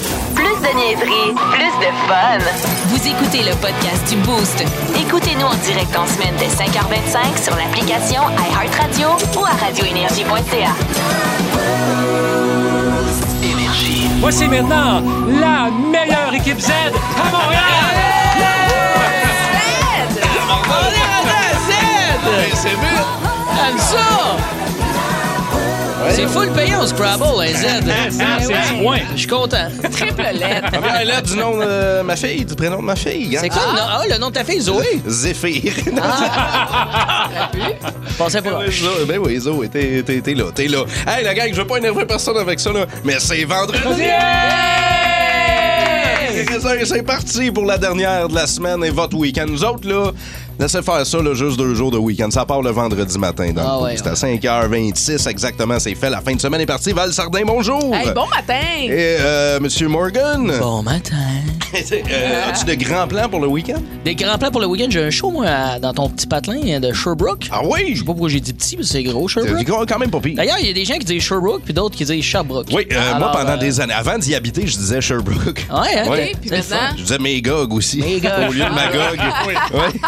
de niaiserie, plus de fun. Vous écoutez le podcast du Boost. Écoutez-nous en direct en semaine dès 5h25 sur l'application iHeartRadio ou à radioénergie.ca. Voici maintenant la meilleure équipe Z à Montréal. C'est vite! Comme ça! C'est full payé au Scrabble, hein, Ah, Eh Z. C'est du point. Je suis content. Triple lettre. Première lettre Ah, du nom de ma fille, du prénom de ma fille. Ah, hein? C'est quoi le nom? Ah, le nom de ta fille, Zoé? Zéphyr. Je pensais pas. Zo- ben oui, Zoé, t'es, t'es- t'es là, t'es là. Hey, la gang, je veux pas énerver personne avec ça, là, mais c'est vendredi! C'est- C'est parti pour la dernière de la semaine et votre week-end. Nous autres, là, laissez faire ça, là, juste deux jours de week-end. Ça part le vendredi matin. Donc, Ah ouais, c'est à 5h26 exactement, c'est fait. La fin de semaine est partie. Val Sardin, bonjour! Hey, bon matin! Et euh, Monsieur Morgan, Bon matin. euh, as-tu de grands plans pour le week-end? Des grands plans pour le week-end. J'ai un show, moi, à- dans ton petit patelin hein, de Sherbrooke. Ah oui! Je sais pas pourquoi j'ai dit petit, mais c'est gros, C'est Sherbrooke. quand même pas pire. D'ailleurs, il y a des gens qui disent Sherbrooke, puis d'autres qui disent Sherbrooke. Oui, euh, Alors, moi, pendant euh, des années, avant d'y habiter, je disais Sherbrooke. Ouais, hein? Ouais. Puis C'est le fun. maintenant, Ah, Je disais Magog aussi. Magog. Au lieu de Magog. Ouais.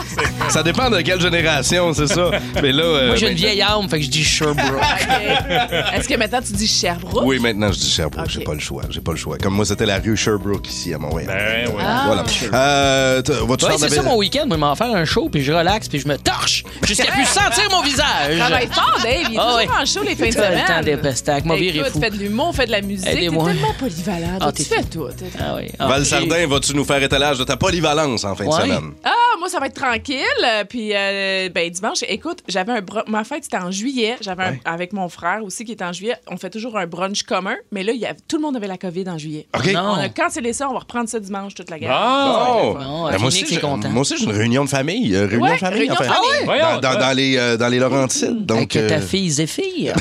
Ça dépend de quelle génération, c'est ça. Mais là. euh, Moi, j'ai une maintenant- vieille âme, fait que je dis Sherbrooke. Eh. est-ce que maintenant tu dis Sherbrooke? Oui, maintenant, je dis Sherbrooke. J'ai Ok. pas le choix. J'ai pas le choix. Comme moi, c'était la rue Sherbrooke ici à Montréal. Ben oui. Voilà. Euh, t- vas-tu Ah. Ouais, faire de c'est ça la belle- mon week-end. Moi, je m'en faire un show, puis je relaxe, puis je me torche jusqu'à plus sentir mon visage. Travaille fort, Dave. Il est Ah toujours ouais. en show les fins de Tout le semaine. temps des pestacs. Moi, vire est Écoute, fou. fais de l'humour, fais de la musique. T'es Aidez-moi. tellement polyvalent. Ah, tu t'es fais tout. t'es- Ah oui. Ah, Val j'ai- Sardin, vas-tu nous faire étalage de ta polyvalence en fin de Ouais. semaine? Ah, moi, ça va être tranquille. Euh, Puis, euh, ben, dimanche, écoute, j'avais un brunch. Ma fête, c'était en juillet. J'avais un- avec mon frère aussi qui est en juillet. On fait toujours un brunch commun. Mais là, il y avait- tout le monde avait la COVID en juillet. OK. Non. On a cancellé ça. On va reprendre ça dimanche, toute la gamme. Non, Oh! Ben, la moi, clinique, aussi, c'est j'ai- content. moi aussi, j'ai une réunion de famille. euh, réunion Ouais, de famille, réunion en de fait. famille. Dans- Voyons, dans, euh. dans les, euh, dans les Laurentides. Donc, Mmh. Avec ta euh, fille Zéphir.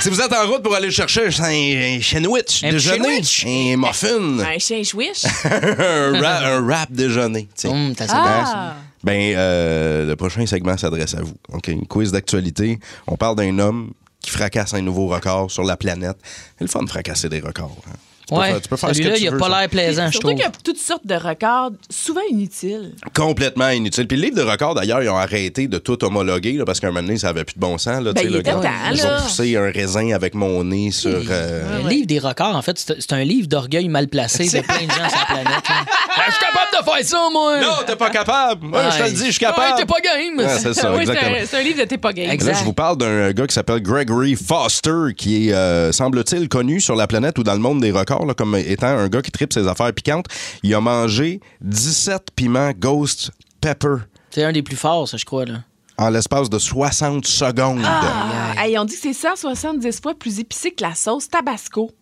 Si vous êtes en route pour aller chercher un, un sandwich Un déjeuner, sandwich? un muffin, Un chien chouiche. un, wrap, un wrap déjeuner, tu sais. Hum, t'as ça. ah! ben, euh, le prochain segment s'adresse à vous. OK, une quiz d'actualité. On parle d'un homme qui fracasse un nouveau record sur la planète. C'est le fun de fracasser des records. hein. Tu peux Ouais. faire- tu peux faire ce que Celui-là, tu il a veux, pas ça. l'air plaisant, je Surtout trouve. qu'il y a toutes sortes de records, souvent inutiles. Complètement inutile. Puis le livre de records, d'ailleurs, ils ont arrêté de tout homologuer là, parce qu'à un moment donné, ça avait plus de bon sens. Là, Ben, tu sais, il le était gars, temps, Ils ont là. poussé un raisin avec mon nez sur... euh, Le livre des records, en fait, c'est c'est un livre d'orgueil mal placé de plein de gens sur la planète. là. Ah, Je suis capable de faire ça, moi! Non, t'es pas capable. Moi, je te le dis, je suis capable. Ouais, t'es pas game! Ouais, c'est ça, oui, c'est exactement. un, c'est un livre de t'es pas gay. Et Là, Exact. je vous parle d'un gars qui s'appelle Gregory Foster, qui est, euh, semble-t-il, connu sur la planète ou dans le monde des records, là, comme étant un gars qui tripe ses affaires piquantes. Il a mangé 17 piments Ghost Pepper C'est un des plus forts, ça, je crois. Là. en l'espace de 60 secondes. Ah, hey, on dit que c'est 170 fois plus épicé que la sauce tabasco.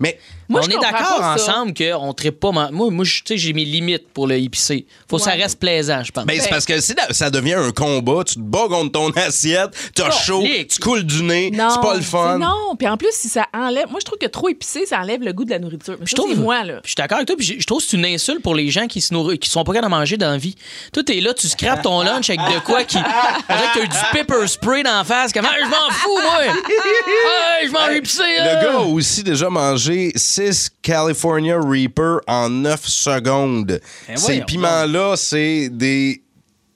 Mais Moi, on je est comprends d'accord pas ça. ensemble qu'on ne traite pas. man- Moi, moi je- tu sais, j'ai mes limites pour le épicé. Faut que ça reste plaisant, je pense. ben, c'est parce que si la- ça devient un combat, tu te bats contre ton assiette, t'as chaud, lick. tu coules du nez, c'est pas le fun. c'est Non, puis en plus, si ça enlève. Moi, je trouve que trop épicé, ça enlève le goût de la nourriture. Mais je ça, trouve, c'est moi, là. Je suis d'accord avec toi, puis je je trouve que c'est une insulte pour les gens qui se nourrissent- qui sont pas capables de manger dans la vie. Toi, t'es là, tu scrapes ton lunch avec de quoi qui. Avec t'as eu du pepper spray dans la face. Comment je m'en fous, moi! Ah, je mange épicé, là. Le gars a aussi déjà mangé 6 California Reaper en 9 secondes. Ben Ces voyons piments-là, c'est des.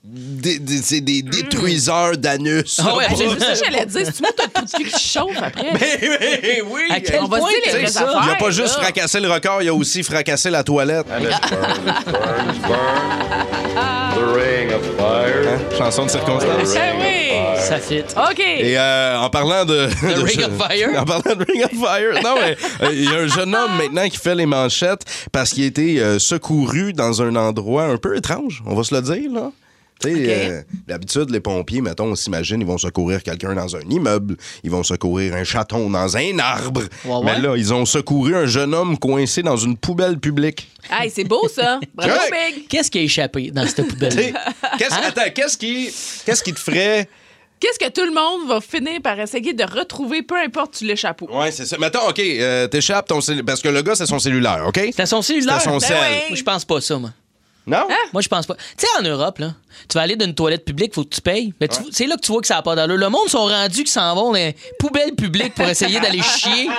des- des- c'est des détruiseurs d'anus. Mm. Ah ouais, Hey, j'ai- j'ai- ça, j'allais dire. Si tu montes un trou de cul qui chauffe après. Eh oui! À quel On va point se dire les t'es vraies ça? affaires. Il a pas Ouais, juste là. fracassé le record, il a aussi fracassé la toilette. Hein? Chanson de circonstance. Ah oui! Ça fit. OK. Et euh, en parlant de. de Ring of Fire? Ah! En parlant de Ring of Fire. Non, mais euh, il y a un jeune homme maintenant qui fait les manchettes parce qu'il a été euh, secouru dans un endroit un peu étrange, on va se le dire, là. Tu sais, euh, d'habitude, les pompiers, mettons, on s'imagine, ils vont secourir quelqu'un dans un immeuble, ils vont secourir un chaton dans un arbre. Ouais, Mais ouais. là, ils ont secouru un jeune homme coincé dans une poubelle publique. Hey, c'est beau, ça. Bravo, Correct. Big. Qu'est-ce qui a échappé dans cette Tu sais, poubelle? Qu'est-ce, attends, qu'est-ce qui, qu'est-ce qui te ferait. Qu'est-ce que tout le monde va finir par essayer de retrouver, peu importe tu le chapeau? Ouais, c'est ça. Mettons, OK, euh, t'échappes ton cellulaire. Parce que le gars, c'est son cellulaire, OK? C'était son cellulaire. C'était son Ben sel. oui. Je pense pas ça, moi. Non? Moi, je pense pas. Tu sais, en Europe, là, tu vas aller d'une toilette publique, faut que tu payes. Mais tu- c'est là que tu vois que ça n'a pas d'allure. Le monde sont rendus qu'ils s'en vont dans les poubelles publiques pour essayer d'aller chier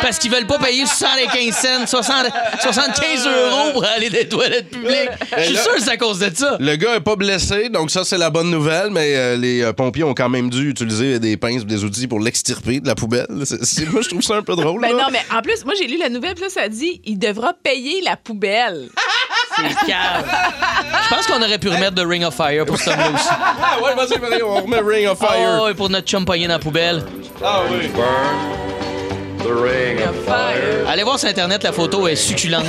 parce qu'ils veulent pas payer 75 cents, 60 75 euros pour aller des toilettes publiques. Je suis là- sûr que c'est à cause de ça. Le gars est pas blessé, donc ça, c'est la bonne nouvelle, mais euh, les euh, pompiers ont quand même dû utiliser des pinces et des outils pour l'extirper de la poubelle. C'est- c'est- moi, je trouve ça un peu drôle. Ben là. non, mais en plus, moi, j'ai lu la nouvelle, puis là, ça dit il devra payer la poubelle. C'est cave. Je pense qu'on aurait pu remettre The Ring of Fire pour ce homme-là aussi. Ah ouais, vas-y, vas-y, on remet Ring of Fire. Oh, et pour notre chum pogné dans la poubelle. Ah oui. Allez voir sur Internet, la photo est succulente.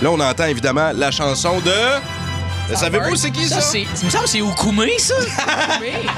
Là, on entend évidemment la chanson de. Savez-vous c'est qui ça? Ça, c'est. Il me semble que c'est Oukoumé, ça. Oui.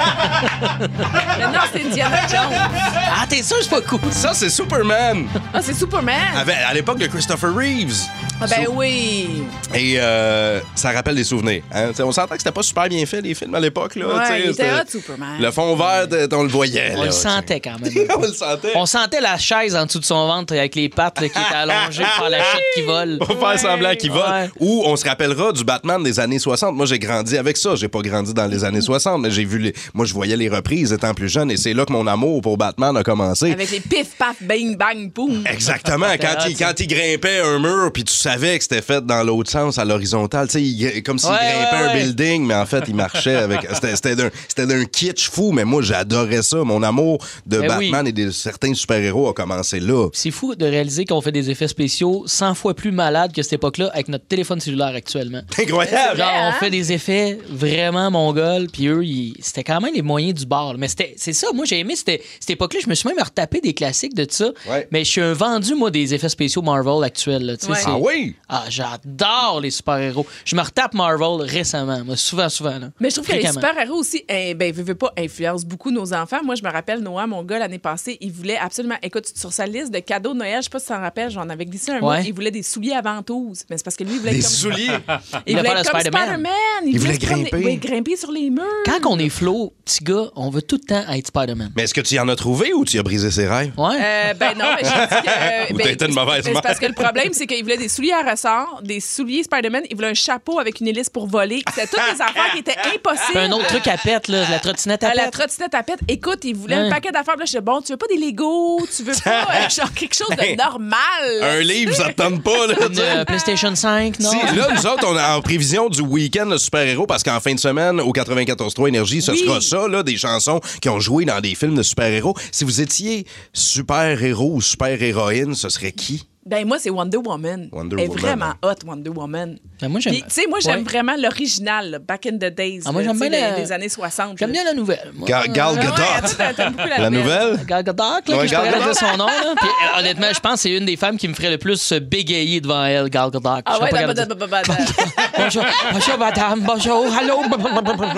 Mais non, c'est Indiana Jones. Ah, t'es sûr, que c'est pas cool. Ça, c'est Superman, Ah, c'est Superman. avec, à l'époque de Christopher Reeves. Ah, ben oui. Et euh, ça rappelle des souvenirs. hein. T'sais, On s'entend que c'était pas super bien fait, les films à l'époque. là. Ouais, t'sais, il était c'était- hot, Superman. Le fond vert, t'es- on le voyait. On là, le t'sais. sentait quand même. on le sentait. On sentait la chaise en dessous de son ventre avec les pattes là, qui étaient allongées par la chute qui vole. Pour faire semblant qu'il vole. Ouais. Ou on se rappellera du Batman des années 60. Moi, j'ai grandi avec ça. J'ai pas grandi dans les années 60, mais j'ai vu les. Moi, je voyais les reprises étant plus jeune et c'est là que mon amour pour Batman a commencé. Avec les pif, paf, bang, bang, poum. Exactement. quand, il, quand il grimpait un mur, puis tu savais que c'était fait dans l'autre sens, à l'horizontale. Tu sais, il gr- comme s'il Ouais, grimpait ouais, un ouais. building, mais en fait, il marchait avec. C'était c'était d'un c'était d'un kitsch fou, mais moi, j'adorais ça. Mon amour de Ben oui. Batman et de certains super-héros a commencé là. C'est fou de réaliser qu'on fait des effets spéciaux 100 fois plus malades que cette époque-là avec notre téléphone cellulaire actuellement. C'est incroyable. Genre, hein? on fait des effets vraiment mongols, puis eux, ils- c'était quand même les moyens du bord. là. Mais c'était- c'est ça, moi, j'ai aimé c'était- cette époque-là. Je me suis même retapé des classiques de ça. Ouais. Mais je suis un vendu, moi, des effets spéciaux Marvel actuels. là. Tu sais, Ouais. c'est- Ah oui? Ah, j'adore les super-héros. Je me retape Marvel récemment, moi, souvent, souvent. là. Mais je trouve que les Fréquemment. super-héros aussi, eh, ben, veux, veux pas, influencent beaucoup nos enfants. Moi, je me rappelle, Noah, mon gars, l'année passée, il voulait absolument. Écoute, sur sa liste de cadeaux de Noël, je sais pas si tu t'en rappelles, j'en avais glissé un Ouais. mot. Il voulait des souliers à ventouse. Mais c'est parce que lui, il voulait Des être comme. souliers. Il voulait voulait faire être le comme Spider-Man. Spider-Man. voulait Il voulait se promener- grimper. oui, grimper sur les murs. Quand on est flow, petit gars, on veut tout le temps être Spider-Man. mais est-ce que tu y en as trouvé ou tu as brisé ses rêves? Ouais. Euh, ben non, mais j'ai dit que. Ou ben, t'étais une mauvaise c'est mère. parce que le problème, c'est qu'il voulait des souliers à ressort, des souliers Spider-Man, il voulait un chapeau avec une hélice pour voler. C'était toutes des affaires qui étaient impossibles. Puis un autre truc à pète, là, la trottinette à À Euh, la pète. trottinette à pète. Écoute, il voulait Ouais. un paquet d'affaires. Puis Là, je dis, bon, tu veux pas des Legos? Tu veux pas euh, genre quelque chose de normal? Un livre, ça te tente pas, là, tu Une, sais. euh, PlayStation 5, non? Si, là, nous autres, on est en prévision du week-end de super-héros parce qu'en fin de semaine, au 94.3 Énergie, ce Oui. sera ça, là, des chansons qui ont joué dans des films de super-héros. Si vous étiez super-héros ou super-héroïne, ce serait qui? Ben moi, c'est Wonder Woman. Wonder Elle est Woman, vraiment hein. hot, Wonder Woman. Ben, moi, j'aime- Puis, tu sais, moi, j'aime Ouais. vraiment l'original, là, Back in the Days. Ah, moi, là, j'aime tu sais, bien des- la- des années 60. J'aime là. bien la nouvelle. moi. Ga- Gal Ouais, ouais, Gadot. toi, t'aimes- t'aimes beaucoup La nouvelle? Gal Gadot, là, Ouais, que je Gal pourrais Gadot. dire son nom. là. Puis, euh, honnêtement, je pense que c'est une des femmes qui me ferait le plus se bégayer devant elle, Gal Gadot. Je Ah serais ouais, pas la capable de dire, bonne- bonne- bonne- bonne- Bonjour, bonjour, madame, bonjour, allô.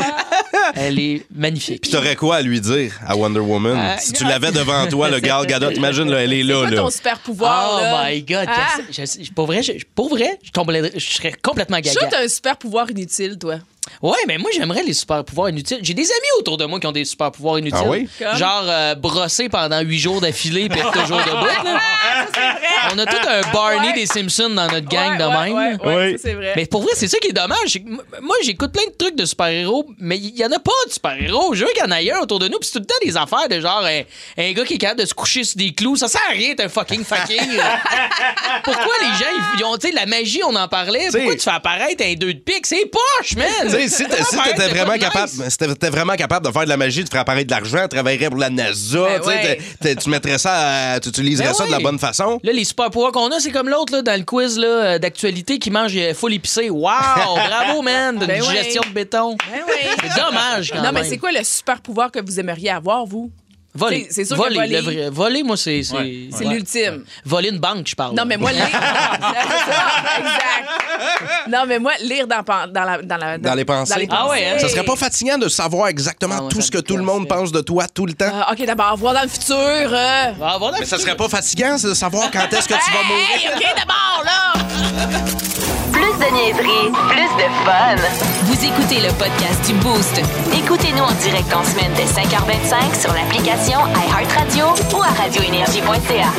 Elle est magnifique. Puis t'aurais quoi à lui dire à Wonder Woman? Euh, si tu l'avais devant toi, le Gal Gadot, imagine, là, elle est là, Quoi là. ton super pouvoir, oh là? my God. Ah. je sais- je- pour, vrai, je, pour vrai, je, tomberais- je serais complètement Je suis sûre gaga. que t'as un super pouvoir inutile, toi. Ouais, mais moi, j'aimerais les super pouvoirs inutiles. J'ai des amis autour de moi qui ont des super pouvoirs inutiles. Ah oui? Comme? Genre euh, brosser pendant huit jours d'affilée puis être toujours debout. là. Ah, On a tout un Barney Ouais. des Simpsons dans notre gang Ouais, de ouais, même. ouais, ouais, Oui. ça, c'est vrai. Mais pour vrai, c'est ça qui est dommage. c'est que m- Moi, j'écoute plein de trucs de super-héros, mais il y en a pas de super-héros. Je veux qu'il y en ait un autour de nous, puis c'est tout le temps des affaires de genre un, un gars qui est capable de se coucher sur des clous. Ça sert à rien, t'es un fucking fucking. Pourquoi les gens, ils- ils ont, tu sais, la magie, on en parlait. T'sais- Pourquoi tu fais apparaître un deux de pique? C'est poche, man! Tu sais, si t'es- Fais si apparaître t'étais de vraiment quoi de capable, nice. si t'étais vraiment capable de faire de la magie, de faire apparaître de l'argent, tu travaillerais pour la NASA, Ben tu sais, ouais. t'es- t'es- tu mettrais ça, à- tu utiliserais Ben ça de la oui. bonne façon. Là, les super pouvoirs qu'on a, c'est comme l'autre là, dans le quiz là, euh, d'actualité qui mange euh, full épicé. Wow! Bravo, man! D'une Ben ouais. digestion de béton. Ben oui. C'est dommage, quand Non, même. mais c'est quoi le super pouvoir que vous aimeriez avoir, vous? Voler. C'est- c'est sûr que voler, voler- le vrai- voler, moi, c'est. C'est Ouais. C'est Ouais. l'ultime. Voler une banque, je parle. Non, mais moi, lire. exact. Non, mais moi, lire dans, pan- dans, la, dans, la, Dans les pensées. Dans les Ah ouais, hein? pensées. Ça serait pas fatigant de savoir exactement Ah ouais, tout ça ce que me tout le monde casse. pense de toi tout le temps. Euh, OK, d'abord, voir dans le futur. euh. Ah, voilà. Mais ça serait pas fatigant c'est de savoir quand est-ce que tu vas mourir. Hey, OK, d'abord, là! Plus de niaiserie, plus de fun. Vous écoutez le podcast du Boost. Écoutez-nous en direct en semaine dès 5h25 sur l'application iHeartRadio ou à radioénergie.ca.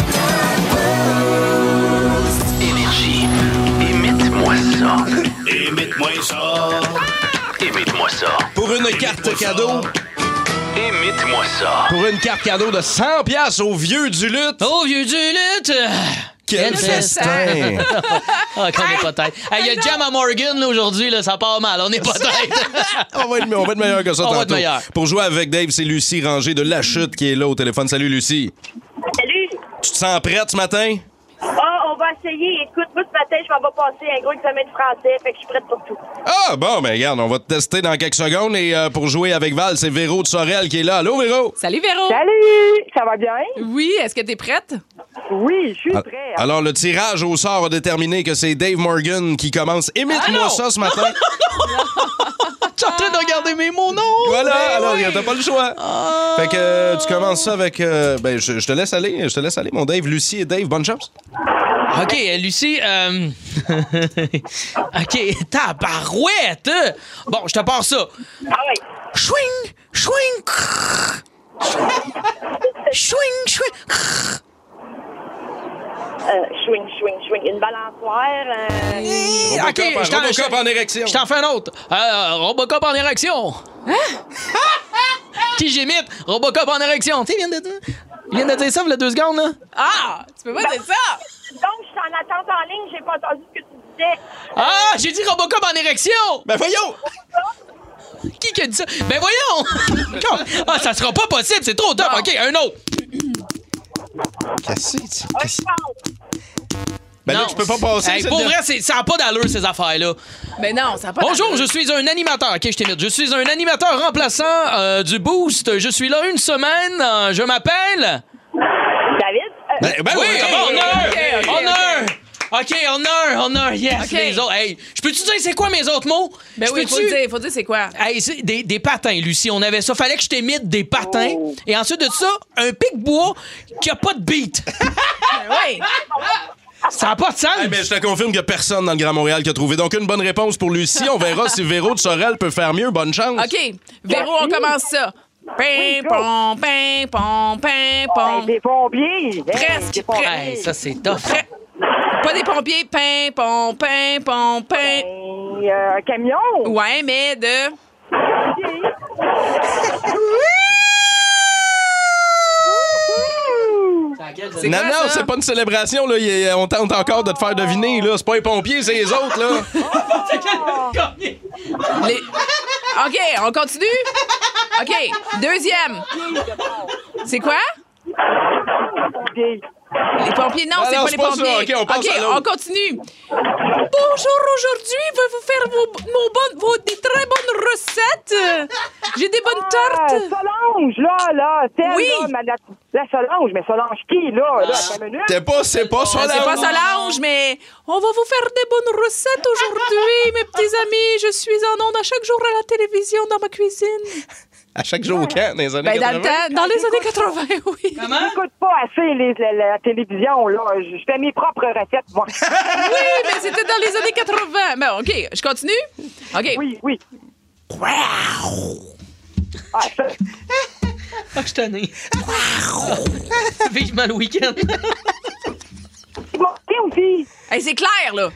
Imite-moi ça. Imite-moi ça. Imite-moi ça. Pour une carte cadeau, Imite-moi ça. pour une carte cadeau de 100 pièces au vieux du lutte. Oh, vieux du lutte! Quel Quel festin! Ah, qu'on est Hein? pas tête. Hey, Il y a Jam à Morgan là, aujourd'hui, là, ça part mal. On est pas tête. on, va être, on va être meilleur que ça On va être tantôt. meilleur. Pour jouer avec Dave, c'est Lucie Rangé de La Chute qui est là au téléphone. Salut Lucie. Salut! Tu te sens prête ce matin? Ah, on va essayer. Écoute, moi, ce matin, je m'en vais passer un gros examen de français, fait que je suis prête pour tout. Ah bon, mais regarde, on va te tester dans quelques secondes et euh, pour jouer avec Val, c'est Véro de Sorel qui est là. Allô Véro? Salut Véro! Salut! Ça va bien? Oui, est-ce que t'es prête? Oui, je suis Al- prêt. Alors, le tirage au sort a déterminé que c'est Dave Morgan qui commence. Imite-moi non! ça ce matin. T'es en train de regarder mes mots, non? Ben voilà, alors, t'as pas le choix. Ah. Fait que euh, tu commences ça avec. euh, ben, je, je te laisse aller, je te laisse aller, mon Dave. Lucie et Dave, bonne chance. OK, euh, Lucie, euh... OK, tabarouette! hein. Bon, je te pars ça. Ah oui. Chouing! Chouing! crrr. Chouing! Chouing! crrr. Euh, chouing, chouing, chouing. Une balançoire. euh, OK, je t'en- Robocop je- en érection. je t'en fais un autre. Euh, Robocop en érection. Hein? Qui j'imite? Robocop en érection. Tu sais, il vient de dire... Il vient de dire ça, il y a deux secondes, là. Ah! Tu peux pas dire ça! Donc, je suis en attente en ligne, j'ai pas entendu ce que tu disais. Ah, j'ai dit Robocop en érection! Ben, voyons! Qui qui a dit ça? Ben voyons! ah, ça sera pas possible, c'est trop top. OK, un autre. Qu'est-ce que c'est? Un Qu'est-ce que- chant. Ben, là, Non. tu peux pas passer. Ah. Hey, c'est pour le- vrai, c'est- ça n'a pas d'allure, ces affaires-là. Mais non, ça n'a pas Bonjour, je suis un animateur. OK, je t'imite. Je suis un animateur remplaçant euh, du Boost. Je suis là une semaine. Euh, je m'appelle... David? Euh, Ben, ben oui, hey, t'as pas- on a un! ok, ok, on a un! ok. OK, on a un, on a un. Yes, Ok. les autres. Hey, je peux-tu dire c'est quoi mes autres mots? Ben Je oui, peux-tu- faut le dire, faut le dire c'est quoi? Hey, c'est des, des patins, Lucie, on avait ça. Fallait que je t'émite des patins. Oh. Et ensuite de ça, un pic-bois qui a pas de beat. oui! Ça n'a pas de sens. Hey, mais je te confirme qu'il y a personne dans le Grand Montréal qui a trouvé. Donc, une bonne réponse pour Lucie. On verra si Véro de Sorel peut faire mieux. Bonne chance. OK, Véro, on commence ça. Ping, go. pong, ping, pong, ping, ben, pong. des pompiers. Hey, Presque, des pompiers. Hey, ça, c'est tough. Prêt. Pas des pompiers, ping, pong, ping, pong, ping. Ben, euh, un camion. Ouais, mais de. C'est Non, quoi, non, ça? c'est pas une célébration. Là. Il est- euh, on tente encore de te faire deviner. Là. C'est pas les pompiers, c'est les autres. Là. Les- OK, on continue? OK, deuxième. C'est quoi? Pompiers. Les pompiers, non, Ah c'est non, pas c'est les pas ça. pompiers. OK, on passe à l'autre. on continue. Bonjour, aujourd'hui, je vais vous faire vos, mon bon- vos- des très bonnes recettes. J'ai des bonnes Euh, tartes. Solange, là, là. Celle, Oui. là, ma- la, la Solange. Mais Solange qui, là? là attends une minute. T'es pas, c'est pas ça. C'est pas Solange, mais on va vous faire des bonnes recettes aujourd'hui, mes petits amis. Je suis en onde à chaque jour à la télévision dans ma cuisine. À chaque jour au camp, dans les années Ben, dans, le 80. temps, dans les années 80, oui. J'écoute pas assez les- la, la télévision, là. Je je fais mes propres recettes, moi. Oui, mais c'était dans les années 80. Bon, OK, je continue? OK. oui, oui. Ah, ça, Ah, je t'en ai. Vivement le week-end. c'est bon, c'est aussi. Hey, c'est clair, là.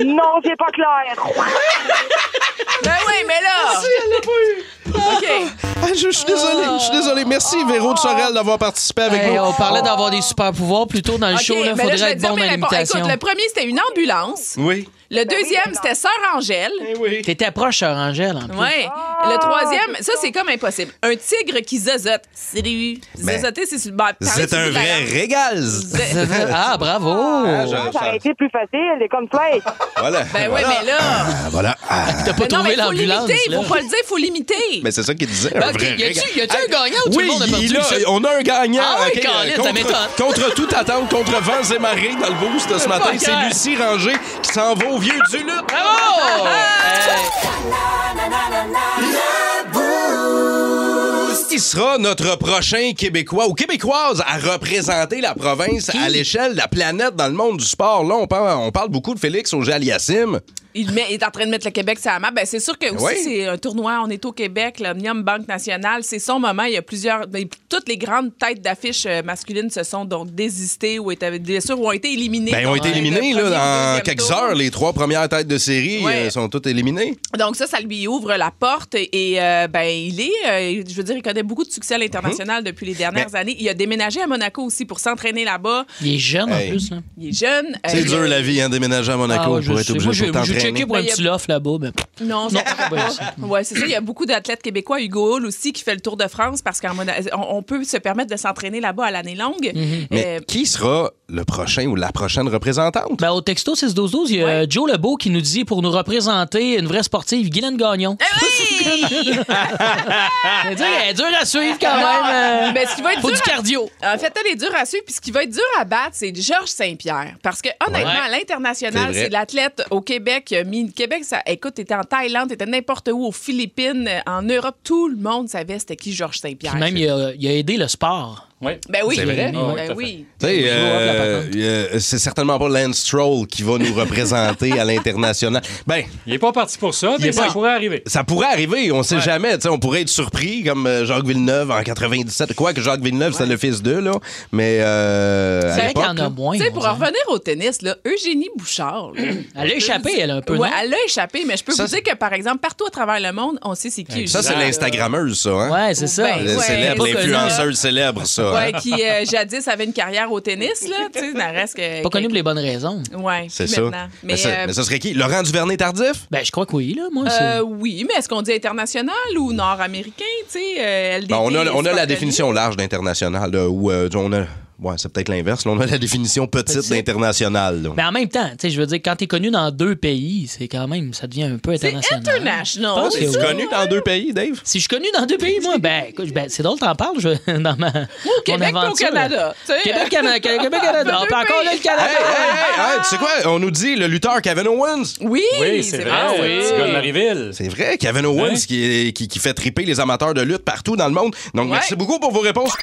Non, c'est pas clair. Ben oui, mais là. OK. Ah, je, je suis désolé, je suis désolé. Merci Véro de Sorel d'avoir participé avec nous. on parlait d'avoir des super pouvoirs plus tôt dans le OK, show. Là, mais là, faudrait je vais être dire bon mes dans réponses. l'imitation. Écoute, le premier, c'était une ambulance. Oui. Le deuxième, c'était Sœur Angèle. oui. T'étais proche, Sœur Angèle. En plus. Ouais. le troisième, ça, c'est comme impossible. Un tigre qui zozote. Salut. Zozoter, c'est sur le bord. Parler C'est sur Ben, un le vrai bord. régal. Zé- Ah, bravo! Ah, je- Ça aurait été plus facile, et comme ça. Voilà. Ben oui, mais là. Ah, voilà. Ah. T'as pas Mais non, trouvé mais faut l'ambulance. limiter. là. Faut pas le dire, faut limiter. Mais c'est ça qu'il disait. un Ok, vrai y a-tu- régal. y a-tu un gagnant ou tout oui, le monde a perdu? il a- on a un gagnant. Ah oui, ok, Colin, ça m'étonne. contre, contre toute attente, contre vents et marées dans le boost ce matin, c'est clair. Lucie Ranger qui s'en va au vieux du lutte. Bravo! Hey. Boost. Qui sera notre prochain Québécois ou Québécoise à représenter la province à l'échelle de la planète dans le monde du sport? Là, on parle, on parle beaucoup de Félix Auger-Aliassime. Il, met- il est en train de mettre le Québec sur la map. Ben, c'est sûr que aussi, Ouais. c'est un tournoi. On est au Québec, l'Omnium Banque Nationale. C'est son moment. Il y a plusieurs. ben, toutes les grandes têtes d'affiches euh, masculines se sont donc désistées ou étaient, bien sûr, ou ont été éliminées. Ben, ils ont été dans le éliminés premier là, ou en deuxième quelques tour. heures. Les trois premières têtes de série Ouais. euh, sont toutes éliminées. Donc ça, ça lui ouvre la porte et euh, ben il est, euh, je veux dire, il connaît beaucoup de succès à l'international depuis les dernières années. Il a déménagé à Monaco aussi pour s'entraîner là-bas. Il est jeune Hey. en plus. Là. Il est jeune. C'est Euh, dur la vie, hein, déménager à Monaco Ah ouais, je pour être sais. Moi, obligé j'ai de j'ai checké t'entraîner. pour un Ben, y a- petit loft là-bas. Mais... Non, Non, ça c'est pas ça. Ouais, c'est ça. Il y a beaucoup d'athlètes québécois. Hugo Hall aussi qui fait le Tour de France parce qu'on on peut se permettre de s'entraîner là-bas à l'année longue. Mm-hmm. Mais Euh, qui sera le prochain ou la prochaine représentante? Ben, au texto 6-12-12, il y a Ouais. Joe Lebeau qui nous dit pour nous représenter une vraie sportive, Guylaine Gagnon. Eh Elle est dure- elle est dure à suivre quand même. euh, Ah! mais ce qui va être faut dur du à- cardio. En fait, elle est dure à suivre. Puis ce qui va être dur à battre, c'est Georges Saint-Pierre. Parce que, honnêtement, Ouais. à C'est l'international, vrai. c'est l'athlète au Québec qui a mis. le Québec, ça, écoute, t'étais en Thaïlande, t'étais n'importe où, aux Philippines, euh, en Europe, tout le monde savait c'était qui Georges Saint-Pierre. Puis même, il a, il a aidé le sport. Ouais. Ben oui, C'est vrai? Ah ouais, Ben tout à oui. Tu sais, Je vois la euh, patente. euh, c'est certainement pas Lance Stroll qui va nous représenter à l'international. Ben, Il est pas parti pour ça, mais est ça pas- pourrait arriver. ça pourrait arriver, on sait jamais. tu sais, on pourrait être surpris comme euh, Jacques Villeneuve en 97. Quoi que Jacques Villeneuve, c'est le fils d'eux, là. Mais euh, à C'est vrai qu'il y en l'époque, a là, moins. Tu sais, on pour en dirait. revenir au tennis, là, Eugénie Bouchard. là, Elle a échappé, elle, un peu. ouais, non? elle a échappé, mais je peux Ça, vous dire que, par exemple, partout à travers le monde, on sait c'est qui Eugénie. ça, c'est là. l'Instagrammeuse, ça. Hein? Ouais, c'est ça. Ben, Le ouais. célèbre, Pas connue, l'influenceuse célèbre, ça. Ouais, hein. qui euh, jadis avait une carrière au tennis, là. Tu sais, n'en reste que. Pas connu pour les bonnes raisons. Ouais, C'est plus ça. maintenant. Mais, ça euh, mais ça serait qui? Laurent Duvernay-Tardif? Ben, je crois que oui, là, moi. Euh, c'est- oui, mais est-ce qu'on dit international ou nord-américain? tu sais, euh, LDT, Bon, Ben, on a, on a Spartani. la définition large d'international, là, ou euh, on a. Ouais, c'est peut-être l'inverse. là, on a la définition petite Petite. Ben, d'international. là. Mais en même temps, tu sais, je veux dire, quand t'es connu dans deux pays, c'est quand même, ça devient un peu C'est international. Je international. pense Es-tu que oui. connu dans deux pays, Dave? Si je suis connu dans deux pays, moi, ben, écoute, ben, c'est drôle, t'en parles, je, dans ma. Au Québec puis au Canada. tu sais. Québec, Canada. Québec, Canada. On peut encore là, le Canada. Hey, hey, hey, hey, tu sais quoi? On nous dit le lutteur Kevin Owens. Oui, Oui, c'est vrai. Ah oui. Petit gars de Marieville. C'est vrai, Kevin Owens Hein? qui, est- qui, qui fait triper les amateurs de lutte partout dans le monde. Donc, merci beaucoup pour vos réponses.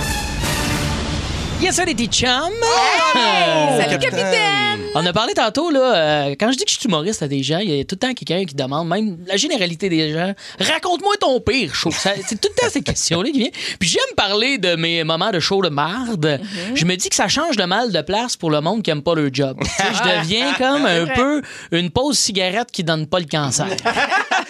Yes, ça, des chums. Salut, capitaine! On a parlé tantôt, là, euh, quand je dis que je suis humoriste à des gens, il y a tout le temps quelqu'un qui demande, même la généralité des gens, raconte-moi ton pire show. Ça- C'est tout le temps ces questions-là qui viennent. Puis j'aime parler de mes moments de show de marde. Je me dis que ça change de mal de place pour le monde qui aime pas leur job. Tu sais, je deviens comme un vrai. peu une pause cigarette qui donne pas le cancer.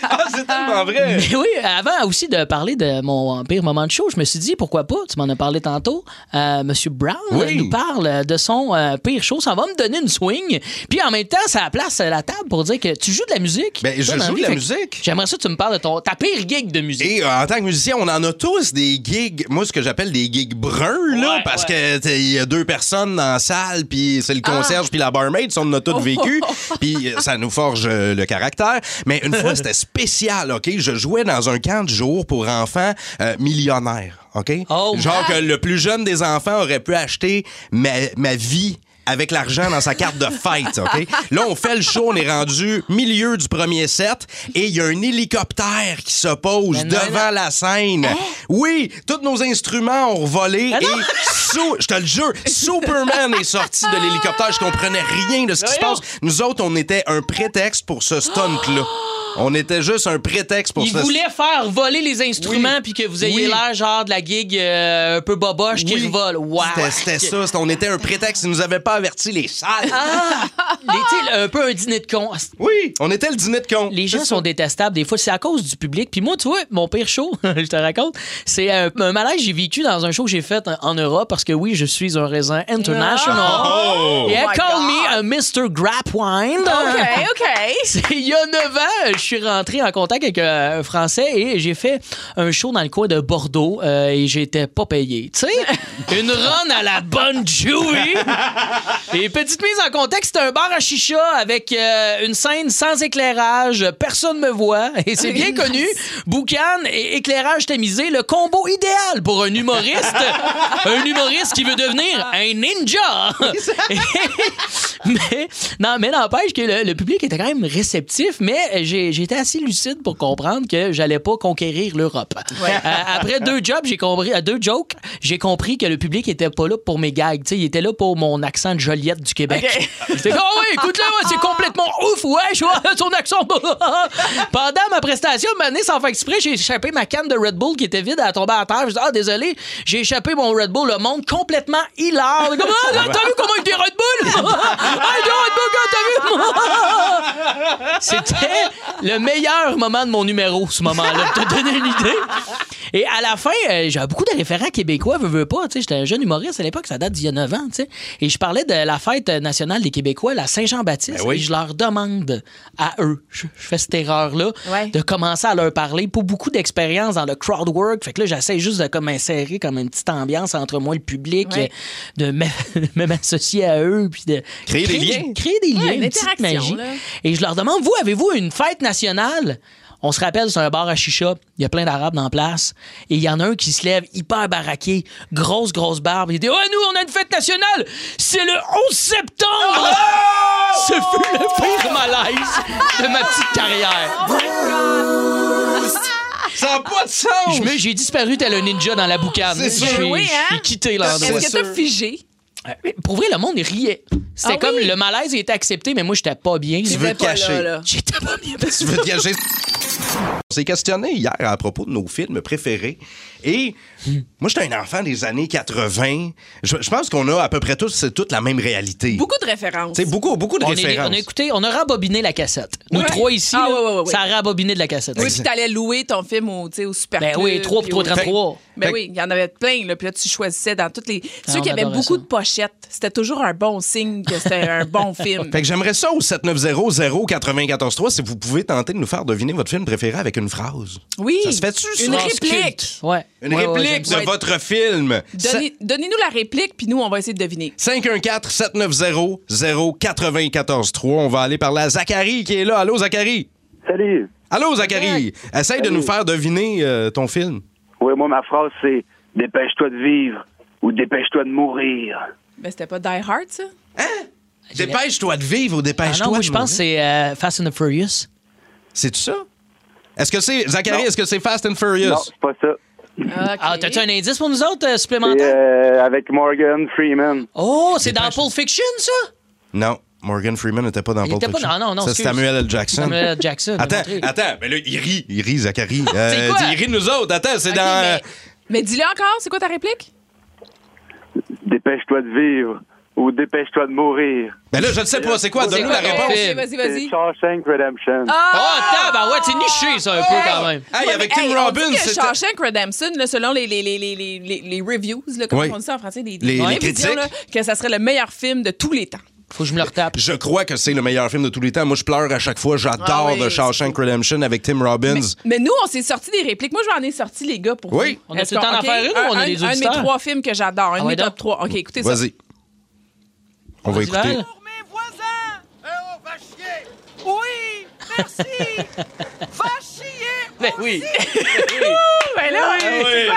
Ah, c'est tellement vrai! Mais oui, avant aussi de parler de mon pire moment de show, je me suis dit pourquoi pas, tu m'en as parlé tantôt, euh, Monsieur Brown Oui. nous parle de son euh, pire show, ça va me donner une swing. Puis en même temps, ça place à la table pour dire que tu joues de la musique. Ben, je Toi, dans joue de vie, la fait que musique. J'aimerais ça que tu me parles de ton ta pire gig de musique. Et euh, en tant que musicien, on en a tous des gigs, moi ce que j'appelle des gigs bruns, là, Ouais, Ah. parce que t'sais, il y a deux personnes dans la salle, puis c'est le concierge, puis la barmaid, ça on en a tous vécu, puis euh, ça nous forge euh, le caractère. Mais une fois, c'était spécial, OK? Je jouais dans un camp de jour pour enfants euh, millionnaires, OK? Oh, Genre que le plus jeune des enfants aurait pu acheter ma, ma vie avec l'argent dans sa carte de fête, OK? Là, on fait le show, on est rendu milieu du premier set et il y a un hélicoptère qui se pose Mais non, Hein? devant la scène. Oui, tous nos instruments ont volé et sous, je te le jure, Superman est sorti de l'hélicoptère. Je comprenais rien de ce qui se passe. Nous autres, on était un prétexte pour ce stunt-là. On était juste un prétexte pour Il ce voulait faire voler les instruments puis que vous ayez Oui. l'air genre de la gig euh, un peu boboche qui Oui. revole. Wow. Ah, C'était- C'était ça, c'était- on était un prétexte, ils nous avaient pas averti les salles. Les- tu sais, un peu un dîner de con. Ah, Oui, on était le dîner de con. Les gens sont détestables des fois. C'est à cause du public. Puis moi, tu vois, mon pire show, je te raconte, c'est un, un malaise que j'ai vécu dans un show que j'ai fait en, en Europe parce que oui, je suis un raisin international. Oh! Yeah, Ah! my call God. me a Mr. Grapwine. OK, OK. C'est il y a 9 ans, je je suis rentré en contact avec euh, un Français et j'ai fait un show dans le coin de Bordeaux euh, et j'étais pas payé. Tu sais, une run à la bonne Joey. Et petite mise en contexte, c'est un bar à chicha avec euh, une scène sans éclairage. Personne me voit et c'est bien connu. Boucan et éclairage tamisé, le combo idéal pour un humoriste. un humoriste qui veut devenir un ninja. mais non, mais n'empêche que le, le public était quand même réceptif, mais euh, j'ai j'ai été assez lucide pour comprendre que j'allais pas conquérir l'Europe. Euh, après deux jobs, j'ai compris, euh, deux jokes, j'ai compris que le public était pas là pour mes gags. Tu sais, il était là pour mon accent de Joliette du Québec. J'étais comme, oh oui, écoute-le, ouais, c'est complètement ouf, ouais, je vois son accent. Pendant ma prestation, une année, sans faire exprès, j'ai échappé ma canne de Red Bull qui était vide, elle a tombé à terre. Je dis, ah, désolé, j'ai échappé mon Red Bull, le monde complètement hilar. Comme, ah, t'as vu comment il dit Red Bull? ah, il dit Red Bull, gars, t'as vu? C'était le meilleur moment de mon numéro, ce moment-là, pour te donner une idée. Et à la fin, euh, j'avais beaucoup de référents québécois, veux, veux pas. tu sais, J'étais un jeune humoriste à l'époque, ça date d'il y a 9 ans. tu sais. Et je parlais de la fête nationale des Québécois, la Saint-Jean-Baptiste, Ben oui. et je leur demande à eux, je, je fais cette erreur-là, Ouais. de commencer à leur parler pour beaucoup d'expérience dans le crowd work. Fait que là, j'essaie juste de comme insérer comme une petite ambiance entre moi et le public, Ouais. euh, de m- de m'associer à eux, puis de Créer des liens. Créer des liens, Ouais, une petite magie. l'interaction, là. Et je leur demande, vous, avez-vous une fête nationale? On se rappelle, c'est un bar à chicha. Il y a plein d'Arabes dans la place. Et il y en a un qui se lève hyper baraqué, grosse, grosse barbe. Il dit, ouais, nous, on a une fête nationale. C'est le 11 septembre. Ah! Ce fut le pire malaise de ma petite Ah! carrière. Ça n'a pas de sens! Je me- J'ai disparu tel un ninja dans la boucane. C'est sûr. J'ai Oui, hein? j'ai quitté l'endroit. Est-ce que t'as figé? Pour vrai, le monde riait. C'était Ah comme oui? le malaise il était accepté, mais moi, j'étais pas bien. Tu veux T'étais te pas cacher. là, là. J'étais pas bien. tu veux te gager. On s'est questionné hier à propos de nos films préférés. Et moi, j'étais un enfant des années 80. Je, je pense qu'on a à peu près tous c'est toute la même réalité. Beaucoup de références. Tu sais, beaucoup, beaucoup de On, est- références. on a écouté, on a rabobiné la cassette. Nous Ouais. trois ici, Ah, là, ouais, ouais, ouais, ouais. ça a rabobiné de la cassette. Oui, puis t'allais louer ton film au, tu sais, au Super Ben oui, Club, trois pour puis au- 333. Ben Fait- oui, il y en avait plein. Là. Puis là, tu choisissais dans toutes les. Ah, Ceux qui on avaient adorait beaucoup ça. de pochettes, c'était toujours un bon signe que c'était un bon film. Fait que j'aimerais ça au 790-0943 si vous pouvez tenter de nous faire deviner votre film préféré avec une phrase. Oui. Ça se fait-tu, Une ça? réplique. Ouais. Une Ouais, ouais, j'aime réplique ça. de votre film. Donnez- Donnez-nous la réplique, puis nous, on va essayer de deviner. 514-790-0943. On va aller parler à Zachary qui est là. Allô, Zachary? Salut. Allô, Zachary? Essaye de Salut. nous faire deviner euh, ton film. Ah, Oui, moi, ma phrase, c'est Dépêche-toi de vivre ou dépêche-toi de mourir. Ben, c'était pas Die Hard, ça? Dépêche-toi de vivre ou Ah dépêche-toi non, moi, de je pense que c'est euh, Fast and the Furious. C'est ça? Est-ce que c'est. Zachary, Non. est-ce que c'est Fast and Furious? Non, c'est pas ça. Ah, t'as-tu un indice pour nous autres euh, C'est supplémentaire? euh, avec Morgan Freeman. Oh, c'est dans Pulp Fiction, ça? Non, Morgan Freeman n'était pas dans Il Pulp était pas- Ah Fiction. non, non, non, Ça, C'est excuse. Samuel L. Jackson. Samuel L. euh, Jackson, Attends, montrez. attends, mais là, il rit, il rit, Zachary. Euh, C'est quoi? il rit de nous autres. Attends, c'est Ok, dans. mais, mais dis-le encore, c'est quoi ta réplique? Dépêche-toi de vivre ou dépêche-toi de mourir. Ben là, je ne sais pas, c'est quoi? C'est Donne-nous quoi la ton réponse. film? Ok, Vas-y, C'est vas-y. Shawshank Redemption. Oh, tabarouette, c'est niché, ça, un peu, quand même. Hey, Ouais, avec mais, Tim hey, Robbins, on dit que c'était- Shawshank Redemption, là, selon les, les, les, les, les, les- les reviews, là, comme Oui. on dit ça en français, des, des Les- les reviews, critiques. là, que ça serait le meilleur film de tous les temps. Faut que je me le retape. Je crois que c'est le meilleur film de tous les temps. Moi, je pleure à chaque fois. J'adore Ah oui, The Shawshank Redemption avec Tim Robbins. Mais nous, on s'est sorti des répliques. Moi, j'en ai sorti, les gars, pour Oui. vous. On a Est-ce tout le temps qu'on- d'en ok, faire une ou on a un- des Un de mes auditeurs? trois films que j'adore, un Ah de ouais, mes donc. top 3. OK, écoutez ça. Vas-y. On va Vas-y, écouter. Val. Ben oui. Ben là,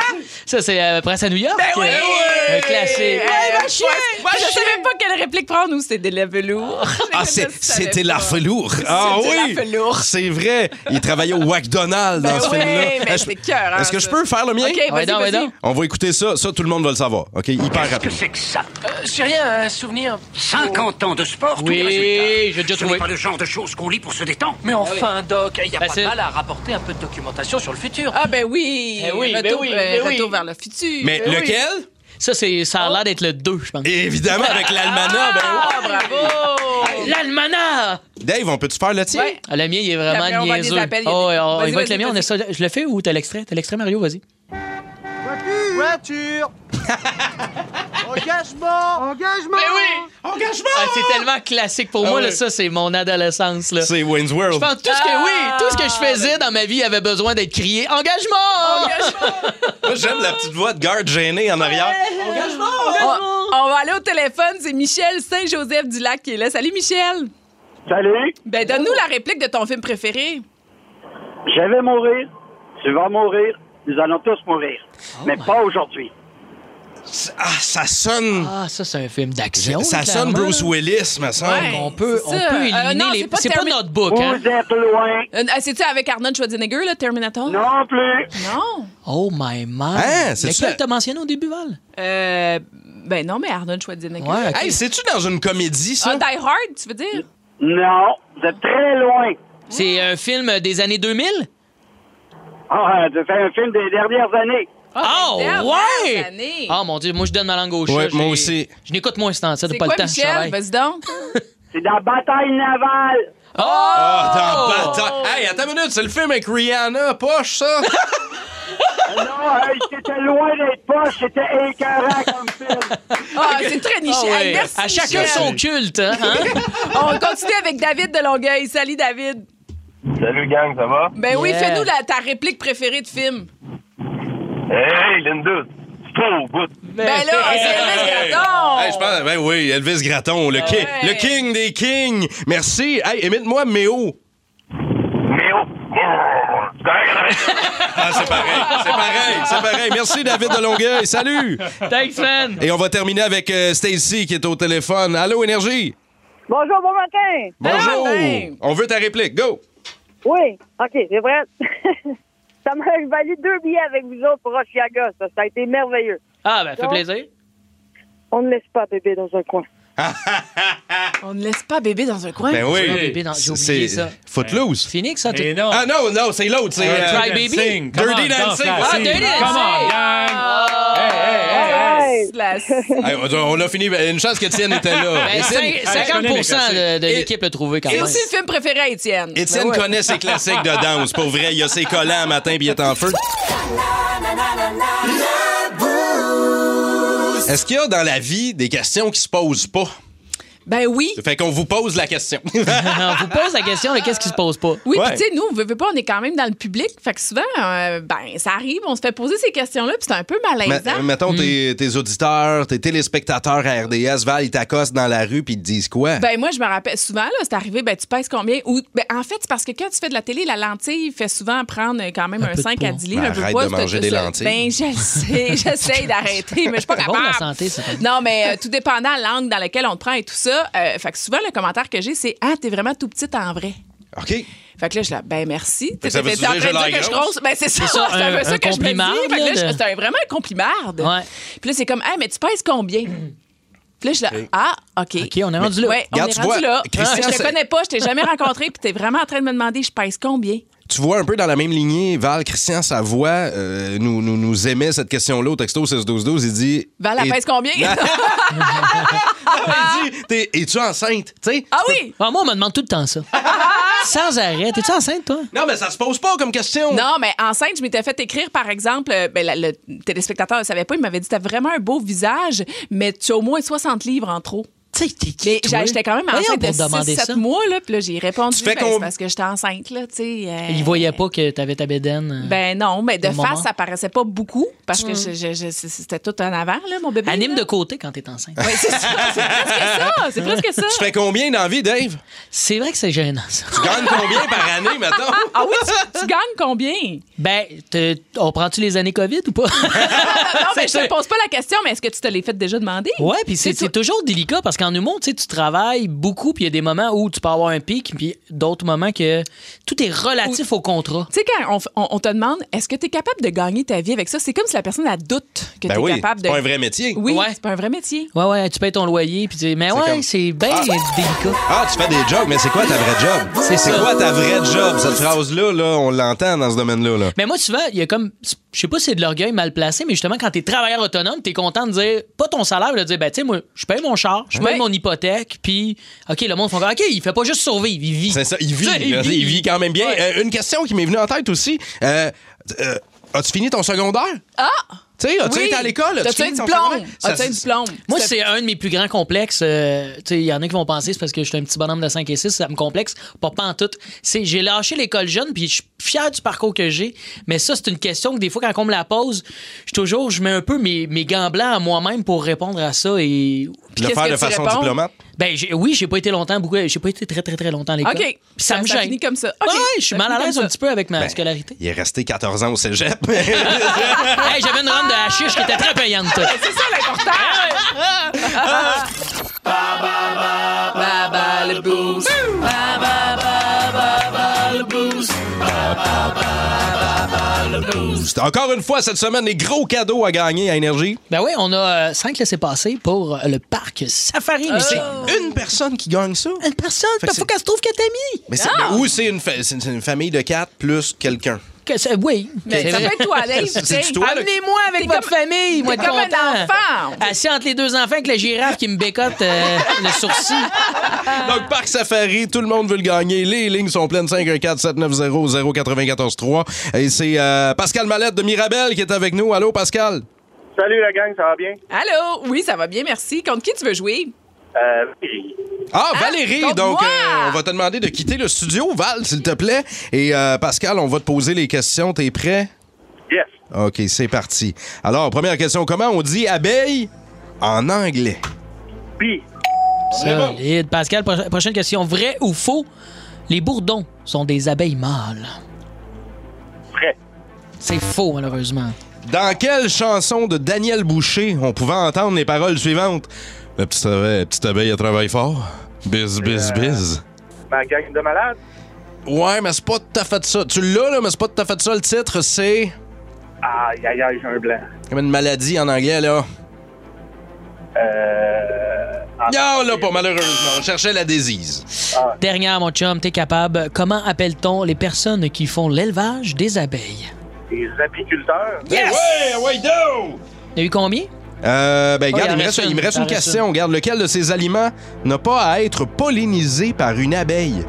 Ça, c'est euh, Prince à New York. ben oui! euh, Un classique. Hey, eh, je sais- Je savais pas quelle réplique prendre ou c'était de la velours. Ah, c'est- c'était la velours. Ah C'était la oui! velours. C'est vrai. Il travaillait au McDonald's dans Ben ce oui, film-là. ben Est-ce- c'est cœur, hein, Est-ce que je ça. peux faire le mien? OK, vas-y, donc, ouais, vas-y. donc. On va écouter ça. Ça, tout le monde va le savoir. OK? Hyper rapide. que ça? Euh, C'est rien, un souvenir. 50 ans de sport, tous les Oui, hein. résultats. j'ai déjà Ce trouvé. Ben, n'est pas le genre de choses qu'on lit pour se détendre. Mais enfin, Doc, il n'y a pas Facile. de mal à rapporter un peu de documentation sur le futur. Ah, ben oui! Ben oui, ben Retour- oui, euh, ben oui. Retour vers le futur. Mais Ben oui. lequel? Ça, c'est, Oh. ça a l'air d'être le 2, je pense. Évidemment, avec l'almanach. ben oui. Ah, bravo! L'almanach! Dave, on peut-tu faire le tien? Ouais. Ah, le mien, il est vraiment Après, on va les niaiseux. appeler, il y a Ah ouais, des- on- il Vas-y, va être vas-y, Ah, le mien, on vas-y. est ça- Je le fais ou t'as l'extrait? T'as l'extrait, Mario? Vas-y. Voiture Engagement! Engagement! Mais oui! Engagement! Ah, c'est tellement classique pour Ah moi, là, ouais. ça, c'est mon adolescence. Là. C'est Wayne's World. Je pense tout ce que oui, tout ce que je faisais dans ma vie avait besoin d'être crié engagement. Moi, j'aime la petite voix de garde gênée en arrière. Engagement! On, on va aller au téléphone. C'est Michel Saint-Joseph du Lac qui est là. Salut, Michel. Salut. Ben, donne-nous la réplique de ton film préféré. Je vais mourir, tu vas mourir, nous allons tous mourir. mais pas aujourd'hui. Ah, ça sonne. Ah, ça, c'est un film d'action. Ça sonne clairement. Bruce Willis, me semble. Ouais, on peut- C'est ça. Euh, non, Termi- hein. êtes loin. Euh, ah, C'est-tu avec Arnold Schwarzenegger, le Terminator? Non plus. Non. Oh my man. Hein, c'est-tu Lequel la- t'as mentionné au début, Val? Euh, ben non, mais Arnold Schwarzenegger. Hey, c'est-tu dans une comédie, ça? Ah, Die Hard, tu veux dire? Non, de très loin. C'est Ah. un film des années 2000? Ah, de faire un film des dernières années. Oh, des dernières ouais! années. Ah, mon Dieu, moi, je donne ma langue au chat. Ouais, moi j'ai- aussi. Ah, Je n'écoute moins ce temps-ci, C'est pas quoi, le temps. je Michel? travaille. Vas-y donc. C'est dans la bataille navale. Oh! Ah, dans Bataille. Hey, attends une minute, c'est le film avec Rihanna, poche, ça? non, euh, c'était loin d'être poche, c'était écœurant comme film. Ah, c'est très niché. Ah ouais. Hey, merci, à chacun Michel. son culte, hein? On continue avec David de Longueuil. Salut, David. Salut gang, ça va? Ben oui, fais-nous la- ta réplique préférée de film. Hey, Linda, c'est au bout. Ben là, c'est Elvis Oh! Gratton. Hey, je pense, ben oui, Elvis Gratton, le, ki- le king des kings. Merci. Hey, émite-moi Méo. oh, Méo. Ah, c'est pareil, c'est pareil, c'est pareil. Merci, David de Longueuil. Salut. Thanks, man. Et on va terminer avec euh, Stacy qui est au téléphone. Allô, Énergie. Bonjour, bon matin. Bonjour. On veut ta réplique. Go. Oui, OK, c'est vrai. ça m'a valu deux billets avec vous autres pour Oshiaga. Ça, ça a été merveilleux. Ah, ben, fait Donc, plaisir. On ne laisse pas bébé dans un coin. On ne laisse pas bébé dans un coin. Ben oui. J'ai oublié dans- j'ai oublié ça. Footloose. Phoenix, ça, Et tu- non. Ah non, non, c'est l'autre. C'est Euh, euh, Cry Baby? Dancing. Come Dirty on, danse, Dancing. danse, Ah, danse. Dirty Come Dancing. Ah, Ah, Slash. Hey, on a fini. Une chance qu'Étienne était là. Ben, Étienne- cinq- 50 de, de l'équipe l'a trouvé quand C'est même. aussi le film préféré à Étienne. Étienne Ben ouais. connaît ses classiques de danse. Pour vrai, il a ses collants à matin puis il est en feu. Est-ce qu'il y a dans la vie des questions qui se posent pas? Ben oui. Fait qu'on vous pose la question. on vous pose la question de qu'est-ce qui se pose pas. Oui, puis tu sais, nous, on veut, veut pas, on est quand même dans le public. Fait que souvent, euh, ben, ça arrive, on se fait poser ces questions-là, puis c'est un peu malaisant. Ma- euh, mettons tes, tes auditeurs, tes téléspectateurs à RDS, Val, ils t'accostent dans la rue puis ils te disent quoi? Ben moi, je me rappelle souvent, là, c'est arrivé, ben tu pèses combien? Ou, ben, en fait, c'est parce que quand tu fais de la télé, la lentille fait souvent prendre euh, quand même un, peu de 5 à poids. 10 livres. Ben, un peu arrête poids, de c'est- manger des c'est- lentilles. Ben je sais, j'essaye d'arrêter, mais je suis pas C'est bon, capable. la santé, ça. Non, mais euh, tout dépendant de la langue dans laquelle on te prend et tout ça, euh, fait que souvent, le commentaire que j'ai, c'est « Ah, t'es vraiment tout petite en vrai. » OK. Fait que là, je suis là, ben merci. que ça veut-tu T'étais- t'étais en dire train que de j'ai dire que je l'air suis grosse? grosse. Ben c'est ça, C'est ça, c'est un un- peu ça un que je me compliment, dis. Fait que là, là, je- de- c'est un- vraiment un complimarde. Puis là, c'est comme, hey, mais tu pèses combien? Puis là, je suis là, ah, OK. OK, on est rendu là. Ouais, on Regarde, est tu rendu vois, là. Christian, je te c'est- connais pas, je t'ai jamais rencontré, puis t'es vraiment en train de me demander, je pèse combien? Tu vois un peu dans la même lignée, Val, Christian Savoie euh, nous, nous, nous aimait cette question-là au texto 16-12-12. Il dit... Val, elle Et- pèse combien? Il dit, t'es- es-tu enceinte? Tu sais? Ah oui! Ah, moi, on me demande tout le temps ça. Sans arrêt. T'es-tu enceinte, toi? Non, mais ça se pose pas comme question. Non, mais enceinte, je m'étais fait écrire, par exemple, euh, ben, la- le téléspectateur ne savait pas, il m'avait dit T'as vraiment un beau visage, mais tu as au moins 60 livres en trop. Tu sais, t'es qui, Mais toi? j'a- j'étais quand même Voyons enceinte pour de demander 6, 7 ça. mois, là, puis là, j'ai répondu Tu fais ben, c'est com- parce que j'étais enceinte, là, tu sais. euh, Il voyait pas que t'avais ta bédaine. euh. Ben non, mais de Au face, moment. ça paraissait pas beaucoup parce que Mm. je- je- je- c'était tout en avant, là, mon bébé. Anime de côté quand t'es enceinte. Oui, c'est ça, c'est presque ça, c'est presque ça. Tu fais combien d'envie, Dave? C'est vrai que c'est gênant, ça. Tu gagnes combien par année, maintenant? Ah oui, tu, tu gagnes combien? Ben, te- on prend-tu les années COVID ou pas? Non, mais je C'est- te pose pas la question, mais est-ce que tu te l'es fait déjà demander? Ouais, puis c'est c'est toujours délicat parce qu'en humour, tu sais, tu travailles beaucoup, puis il y a des moments où tu peux avoir un pic, puis d'autres moments que tout est relatif au contrat. Tu sais, quand on, f- on- on te demande est-ce que tu es capable de gagner ta vie avec ça, c'est comme si la personne elle doute que Ben tu es oui, capable de. c'est pas un vrai métier. Oui, Ouais. c'est pas un vrai métier. Ouais, ouais, tu payes ton loyer, puis tu dis, mais ouais, comme- c'est bien délicat. Ah, tu fais des jobs, mais c'est quoi ta vraie job? C'est ça. quoi ta vraie job? Cette phrase-là, là, on l'entend dans ce domaine-là. Là. Mais moi, souvent, il y a comme, je sais pas si c'est de l'orgueil mal placé, mais justement, quand t'es travailleur autonome, t'es content de dire, pas ton salaire, mais de dire, ben, tu sais, moi, je paye mon char, je paye Ouais. mon hypothèque, puis, OK, le monde font comme, OK, il fait pas juste survivre, il vit. C'est ça, il vit. Tu sais, là, il vit quand même bien. Euh, une question qui m'est venue en tête aussi. euh, euh, As-tu fini ton secondaire? Ah! Tu sais, as-tu Oui. été à l'école? T'as-tu un fini ton diplôme? secondaire? Ça- As-tu un diplôme? Moi, c'est un de mes plus grands complexes. euh, tu sais, il y en a qui vont penser c'est parce que je suis un petit bonhomme de 5 et 6, ça me complexe. Pas, pas en tout. C'est, j'ai lâché l'école jeune, puis je suis fier du parcours que j'ai. Mais ça, c'est une question que des fois, quand on me la pose, je toujours, je mets un peu mes, mes gants blancs à moi-même pour répondre à ça et. Le faire de façon diplomate? Ben j'ai- oui, j'ai pas été longtemps, beaucoup, j'ai pas été très très très longtemps à l'école. OK. Puis ça, me gêne. finit comme ça. Ouais, je suis mal à l'aise un petit peu avec ma Ben, scolarité. Il est resté 14 ans au cégep. Hey, j'avais une ronde de hachiche qui était très payante. C'est ça l'important. Baba le boost. Baba, baba, baba le boost. Baba, baba, baba le boost. C'était Encore une fois, cette semaine, des gros cadeaux à gagner à Énergie. Ben oui, on a 5 laissés passer pour euh, le parc Safari. Mais c'est Oh. une personne qui gagne ça. Une personne, Fait que il faut c'est- qu'elle se trouve qu'elle t'aime. Mais c'est- Ah! ben, ou c'est une, fa- c'est une famille de quatre plus quelqu'un. Que c'est- oui. Mais C'est ça peut vrai. être toi, Dave. C'est du toi, là. Amenez-moi avec votre famille, moi, t'es de comme un content. enfant. Assis entre les deux enfants avec la girafe qui me bécote euh, le sourcil. Donc, Parc Safari, tout le monde veut le gagner. Les lignes sont pleines 514-790-0943. Et c'est euh, Pascal Mallette de Mirabel qui est avec nous. Allô, Pascal? Salut la gang, ça va bien? Allô? Oui, ça va bien, merci. Contre qui tu veux jouer? Euh, Ah, Valérie! contre Donc, moi! euh, on va te demander de quitter le studio, Val, s'il te plaît. Et euh, Pascal, on va te poser les questions. T'es prêt? Yes. OK, c'est parti. Alors, première question. Comment on dit abeille en anglais? Bee. Solide. Pascal, proche- prochaine question. Vrai ou faux? Les bourdons sont des abeilles mâles. Vrai. C'est faux, malheureusement. Dans quelle chanson de Daniel Boucher on pouvait entendre les paroles suivantes? La petite abeille, la petite abeille elle travaille fort. Biz, biz, biz. Ma gang de malades? Ouais, mais c'est pas tout à fait ça. Tu l'as, là, mais c'est pas tout à fait ça. Le titre, c'est Aïe, aïe, aïe, j'ai un blanc. comme une maladie en anglais, là. Euh. Non, là, pas malheureusement. On cherchait la désise. Dernière, mon chum, t'es capable. Comment appelle-t-on les personnes qui font l'élevage des abeilles? Des apiculteurs? Yes! Ouais, ouais, do! Il y a eu combien? Euh, ben, Oh, il regarde, en il, me reste reste, il me une, reste il en une reste question. Regarde, lequel de ces aliments n'a pas à être pollinisé par une abeille?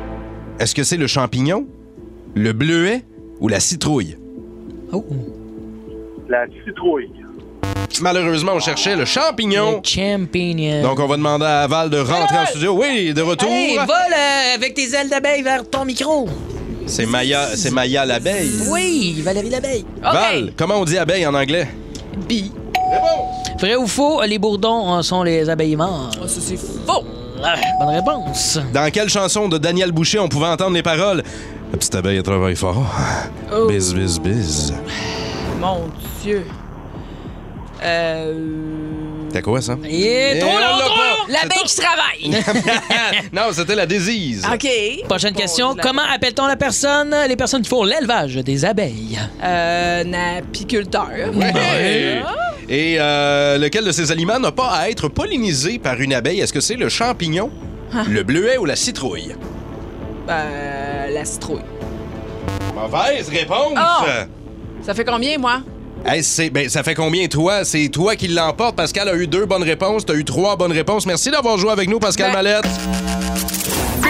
Est-ce que c'est le champignon, le bleuet ou la citrouille? Oh. La citrouille. Malheureusement, on cherchait le champignon. Champignon. Donc, on va demander à Val de rentrer en studio. Oui, de retour. Euh, Allez, vole euh, avec tes ailes d'abeille vers ton micro. C'est Maya, c'est Maya l'abeille. Oui, Valérie l'abeille. Val, comment on dit abeille en anglais? Bi. Vrai ou faux, les bourdons euh, sont les abeilles morts. Ah, Ça, c'est faux. bonne réponse. Dans quelle chanson de Daniel Boucher on pouvait entendre les paroles? La petite abeille elle travaille fort. Oh. Biz, biz, biz. Mon Dieu. Euh... T'as quoi, ça? Et on trop long, l'a trop pas. long. L'abeille qui travaille. non, c'était la désise. OK. Prochaine question. la- Comment appelle-t-on la personne, les personnes qui font l'élevage des abeilles? Euh, un apiculteur. Ouais. Et euh, lequel de ces aliments n'a pas à être pollinisé par une abeille? Est-ce que c'est le champignon, le bleuet ou la citrouille? Euh, la citrouille. Mauvaise réponse! Ah. Ça fait combien, moi? Hey, c'est- ben, ça fait combien, toi? C'est toi qui l'emporte. Pascal a eu deux bonnes réponses. T'as eu trois bonnes réponses. Merci d'avoir joué avec nous, Pascal Mallette. Plus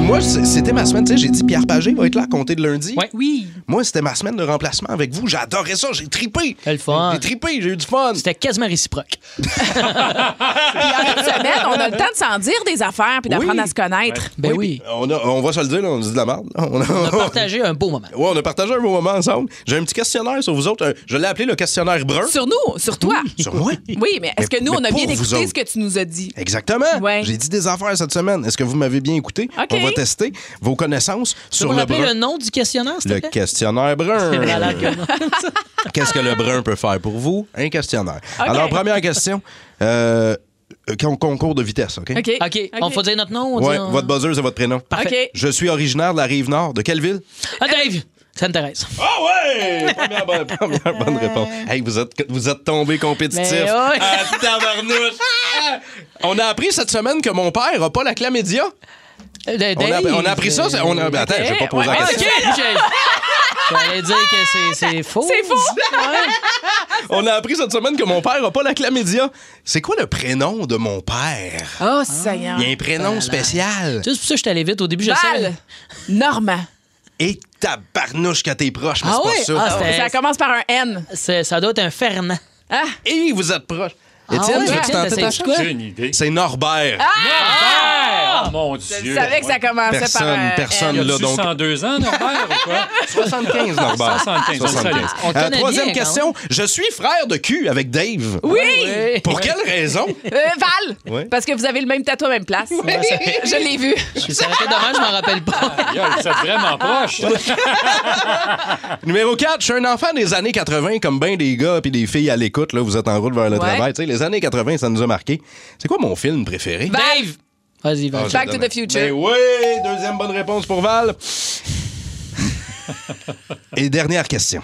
Moi, c- c'était ma semaine. Tu sais, j'ai dit Pierre Pagé va être là à compter de lundi. Oui. Moi, c'était ma semaine de remplacement avec vous. J'adorais ça. J'ai tripé. Le fun. J'ai tripé. J'ai eu du fun. C'était quasiment réciproque. Puis en une semaine, on a le temps de s'en dire des affaires puis d'apprendre Oui. à se connaître. Ben oui. On, a- on va se le dire, là, on dit de la merde. là. On a, On a partagé un beau moment. Ouais, on a partagé un beau moment ensemble. J'ai un petit questionnaire sur vous autres. Un- Je l'ai appelé le questionnaire brun. Sur nous, sur toi. Sur moi? Oui, mais est-ce Mais- que nous, mais on a bien pour vous écouté autres. Ah. ce que tu nous as dit? Exactement. Ouais. J'ai dit des affaires cette semaine. Est-ce que vous m'avez bien écouté? OK. On va tester vos connaissances Tu peux sur me le rappeler brun. le nom du questionnaire, s'il te Le plaît? questionnaire brun. C'est malade que non. Qu'est-ce que le brun peut faire pour vous? Un questionnaire. Alors, première question. Euh, con- concours de vitesse, OK? OK. OK. On faut dire notre nom? on Ouais, dit- votre buzzer, c'est votre prénom. Parfait. Je suis originaire de la rive nord. De quelle ville? Ah, Dave! Ça m'intéresse. Ah ouais! Première bonne, première bonne réponse. Hey, vous êtes, vous êtes tombé compétitif. Mais Euh. Ben, ouais. Ah, tabarnouche. On a appris cette semaine que mon père a pas la chlamydia. Euh, On a, on a appris ça. c'est- On a, ben, attends, je vais pas poser la question. J'allais dire que c'est- c'est faux. C'est faux. On a appris cette semaine que mon père n'a pas la chlamydia. C'est quoi le prénom de mon père? Oh, Seigneur. Il y a un Ah prénom spécial. C'est pour ça que je suis allé vite au début, je sais. Val. Normand. Et tabarnouche quand t'es proche, mais Ah oui? c'est pas Ah, ça. c'était- Ça commence par un N. C'est- Ça doit être un Fernand. Ah! Et vous êtes proche. Ah Étienne, Hein? ouais, tu veux-tu Étienne, tenter t'essayes ta de chance? quoi? J'ai une idée. C'est Norbert. Ah! Oh mon Je Dieu. savais que ça commençait Personne, par euh, un personne, N. là, donc. 102 ans, Norbert, ou quoi? 75, Norbert. 75, on le savait. On Euh, connaît troisième bien, quand question. Je suis frère de cul avec Dave. Oui! Ah oui. Pour quelle raison? Euh, Val! Ouais. Parce que vous avez le même tatou à même place. Ouais, ça fait- Je l'ai vu. Ça aurait été dommage, je m'en rappelle pas. C'est vraiment proche. Numéro 4, je suis un enfant des années 80, comme bien des gars et des filles à l'écoute. Là, vous êtes en route vers le Ouais. travail. Tu sais, les années 80, ça nous a marqué. C'est quoi mon film préféré? Dave! Vas-y, Ah, vas-y. je le donnais. Ben oui, deuxième bonne réponse pour Val. et dernière question.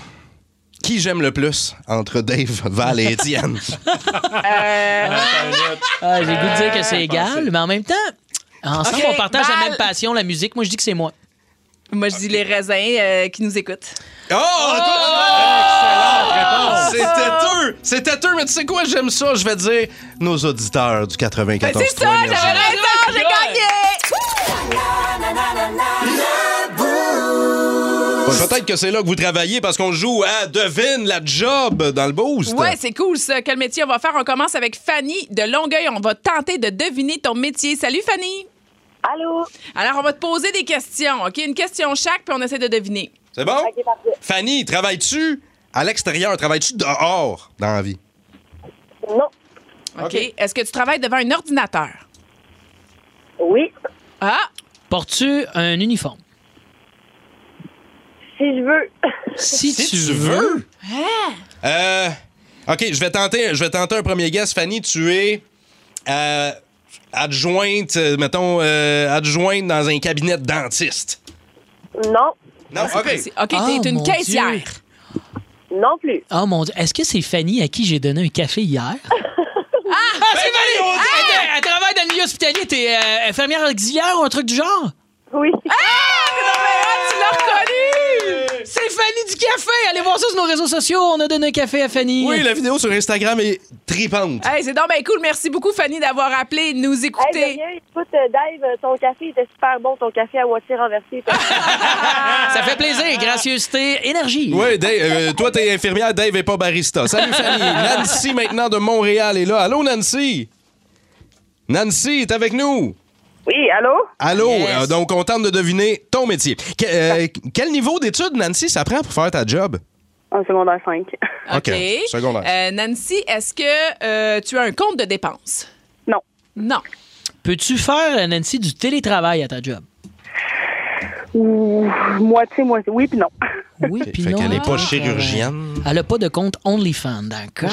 Qui j'aime le plus entre Dave, Val et Étienne? Ah, j'ai le goût de dire que c'est égal, mais en même temps, ensemble, Ok, on partage la Val. même passion, la musique. Moi, je dis que c'est moi. Moi, je dis les raisins euh, qui nous écoutent. Oh! Excellente réponse. C'était eux! C'était eux, mais tu sais quoi, j'aime ça. Je vais dire nos auditeurs du 94. Ben, c'est ça, j'avais raison, j'ai Peut-être que c'est là que vous travaillez parce qu'on joue à Devine la job dans le boost. Ouais, c'est cool ça. Quel métier on va faire? On commence avec Fanny de Longueuil. On va tenter de deviner ton métier. Salut Fanny! Allô? Alors, on va te poser des questions, OK? Une question chaque, puis on essaie de deviner. C'est bon? Fanny, travailles-tu à l'extérieur? Travailles-tu dehors dans la vie? Non. OK. Est-ce que tu travailles devant un ordinateur? Oui. Ah! Portes-tu un uniforme? Si je veux. Si, tu, veux. Euh, OK, je vais tenter, je vais tenter un premier guess. Fanny, tu es euh, adjointe, euh, mettons, euh, adjointe dans un cabinet de dentiste. Non. Non, Ah, c'est OK. précis. OK, Oh, t'es une mon Dieu. caissière. Non plus. Oh mon Dieu, est-ce que c'est Fanny à qui j'ai donné un café hier? Ah, c'est Ben, Fanny! Attends, Elle travaille dans le milieu hospitalier, t'es euh, infirmière auxiliaire ou un truc du genre? Oui. Ah, Tu l'as reconnue! C'est Fanny du café! Allez voir ça sur nos réseaux sociaux, on a donné un café à Fanny. Oui, la vidéo sur Instagram est tripante. Ah. Hey, c'est donc bien cool. Merci beaucoup, Fanny, d'avoir appelé et de nous écouter. Hey, de rien. écoute, euh, Dave, euh, ton café était super bon, ton café à moitié renversé. Ça fait plaisir, gracieuseté, énergie. Oui, Dave, euh, toi, t'es infirmière, Dave est pas barista. Salut, Fanny. Nancy, maintenant, de Montréal, est là. Allô, Nancy? Nancy, est avec nous? Oui, allô? Allô? Yes. Euh, donc, on tente de deviner ton métier. Que- euh, quel niveau d'études, Nancy, ça prend pour faire ta job? En secondaire 5. OK. Secondaire. Euh, Nancy, est-ce que euh, tu as un compte de dépenses? Non. Non. Peux-tu faire, euh, Nancy, du télétravail à ta job? Ouh, moitié, moitié. Oui, puis non. Oui, puis fait non. euh, qu'elle est pas chirurgienne. Elle a pas de compte OnlyFans, d'accord?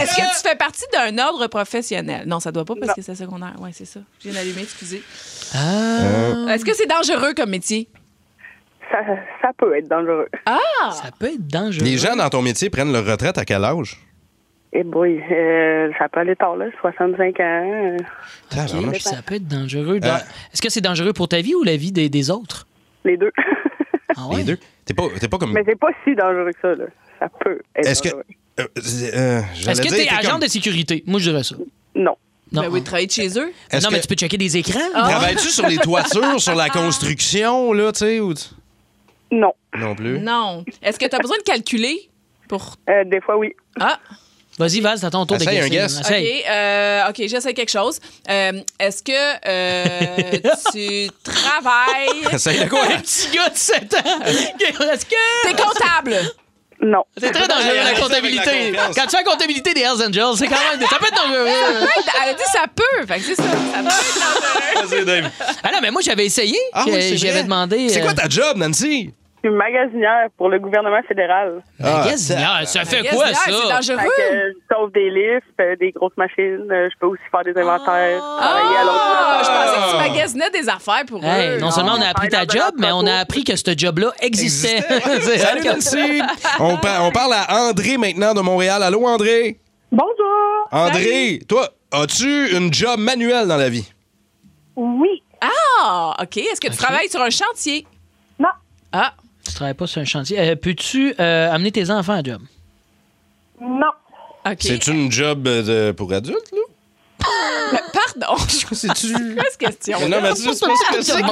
Est-ce que tu fais partie d'un ordre professionnel? Non, ça doit pas parce que c'est secondaire. Oui, c'est ça. Je viens d'allumer, excusez. Euh. Euh. Est-ce que c'est dangereux comme métier? Ça, ça peut être dangereux. Ah! Ça peut être dangereux. Les gens dans ton métier prennent leur retraite à quel âge? Eh boy, euh, ça peut aller tard, là, 65 ans. euh. Ah, Ok, ça peut être dangereux. Euh, Dans- Est-ce que c'est dangereux pour ta vie ou la vie des, des autres? Ah Les deux. Ah Les deux. T'es pas, t'es pas comme. Mais c'est pas si dangereux que ça, là. Ça peut être Est-ce que. dangereux. euh, euh, j'allais Est-ce que dire, t'es t'es agent comme- de sécurité? Moi, je dirais ça. Non. Non. Ben oui, travailler chez eux. Est-ce non, mais que- tu peux Ah! checker des écrans. Ah. Travailles-tu sur les toitures, sur la construction, là, tu sais? Ou... tu- Non. Non plus. Non. Est-ce que tu as besoin de calculer pour. Euh, des fois, oui. Ah! Vas-y, Val, c'est à ton tour de Essaye un guess. Essaye. OK, euh, OK, j'essaie quelque chose. Euh, Est-ce que euh, tu travailles. Essaye de quoi? Un petit gars de 7 ans. Est-ce que. T'es comptable! Non. C'est très dangereux, Ouais, la ouais, ça fait comptabilité. de la confiance. Quand tu fais la comptabilité des Hells Angels, c'est quand même. Ça peut être Ça peut dangereux. être- Elle a dit ça peut. Fait que c'est ça. Ça peut être dangereux. Vas-y, Dave. Ah non, mais moi, j'avais essayé. Ah oui, c'est J'avais vrai. demandé. C'est quoi euh, ta job, Nancy? Ah, Je suis magasinière pour le gouvernement fédéral. Ben, Magasinière, Ah, ça fait Magasinière, quoi, c'est ça? dangereux. Fait que, euh, je sauve des lifts, euh, des grosses machines. euh, je peux aussi faire des inventaires, travailler à Ah, je pensais l'autre. que tu magasinais des affaires pour Hey, eux. non seulement on a appris ta job, mais on a appris que ce job-là existait. C'est- Salut, Nancy. on, par- on parle à André maintenant de Montréal. Allô, André? Bonjour! André, toi, as-tu une job manuelle dans la vie? Oui. Ah, OK. Est-ce que tu travailles sur un chantier? Non. Ah. Tu travailles pas sur un chantier. Euh, Peux-tu euh, amener tes enfants à job? Non. OK. C'est une job euh, de- pour adultes, là? Mais Pardon. C'est-tu... Grosse question. Mais Ah, non, mais tu sais pas ce que c'est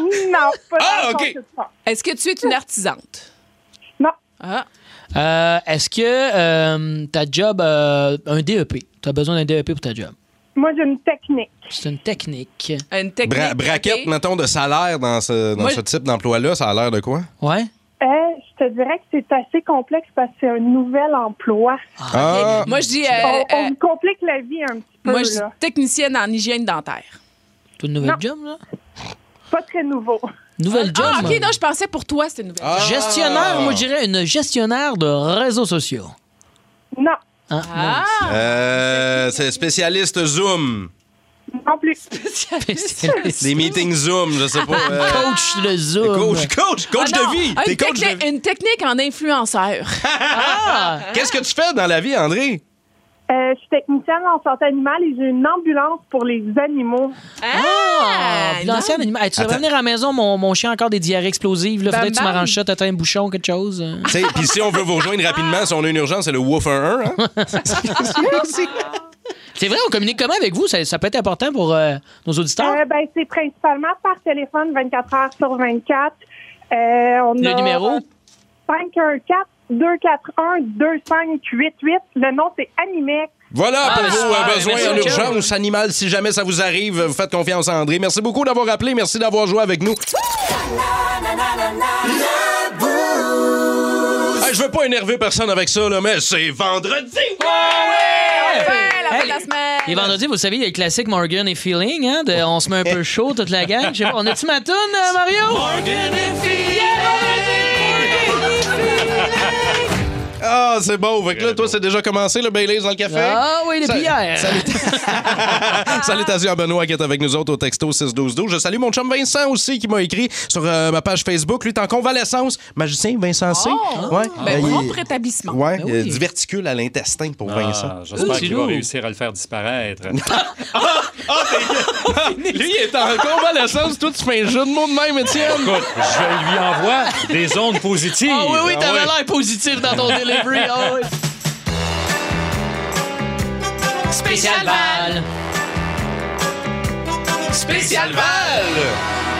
Non, pas Ah, OK. Est-ce que tu es une artisante? Non. Ah. Euh, Est-ce que euh, ta job, euh, un DEP, tu as besoin d'un DEP pour ta job? Moi, j'ai une technique. C'est une technique. Une Bra- braquette, mettons, de salaire dans ce, dans Moi, ce type d'emploi-là, ça a l'air de quoi? Ouais. Euh, je te dirais que c'est assez complexe parce que c'est un nouvel emploi. Ah. Moi, je dis. euh, on, on euh, me complique la vie un petit peu. moi, je dis là. technicienne en hygiène dentaire. Tu une nouvelle Non. job, là? Pas très nouveau. Nouvelle job? Ah, OK, non, je pensais pour toi, c'était une nouvelle. Ah. Ah. job. Gestionnaire, moi, je dirais une gestionnaire de réseaux sociaux. Non. Hein? Ah. Euh, c'est spécialiste Zoom. Non plus. Des meetings Zoom, je sais pas. euh, Coach de Zoom. Coach, coach, coach Ah non, de vie. Une, T'es coach de techni- une technique en influenceur. Ah! Qu'est-ce que tu fais dans la vie, André? Euh, je suis technicienne en santé animale et j'ai une ambulance pour les animaux. Ah! puis l'ancien animal. Hey, tu devrais Attends. venir à la maison, mon, mon chien a encore des diarrhées explosives. Là, Bam, faudrait que tu bam. m'arranges ça, t'as un bouchon, quelque chose. hein? Tu sais, Puis si on veut vous rejoindre rapidement, si on a une urgence, c'est le Woof 1 hein? C'est vrai, on communique comment avec vous? Ça, ça peut être important pour euh, nos auditeurs. Euh, ben, c'est principalement par téléphone 24 heures sur 24. Euh, on Le a numéro? 514-241-2588. Le nom, c'est Animex. Voilà, Ah, pour vos super. euh, besoins Merci, en Joe. urgence animale, si jamais ça vous arrive, vous faites confiance à André. Merci beaucoup d'avoir appelé, merci d'avoir joué avec nous. Hey, je veux pas énerver personne avec ça, là, mais c'est vendredi! Ouais, la fin de la semaine. Et vendredi, vous savez, il y a le classique Morgan et Feeling, hein? de- on se met un peu chaud, toute la gang. Je sais pas, on a-tu ma toune, euh, Mario? Ah, c'est beau! Fait que là, toi, c'est déjà commencé, le Baileys dans le café? Ah oui, Ça- depuis hier. Salutations à Benoît qui est avec nous autres au texto 61212. Je salue mon chum Vincent aussi qui m'a écrit sur euh, ma page Facebook. Lui, est en convalescence. Magicien Vincent C. Oh! ouais. Ben, Euh, propre il- rétablissement. Ouais, Ben il y a oui. du verticule à l'intestin pour Ah, Vincent. J'espère qu'il va réussir à le faire disparaître. Ah, Lui, il est en convalescence. Toi, tu fais un jeu de mots de même, Étienne. Écoute, je lui envoie des ondes positives. Ah oui, oui, t'avais Ah ouais. l'air positif dans ton delivery. Ah oui. Spécial Val. Spécial Val.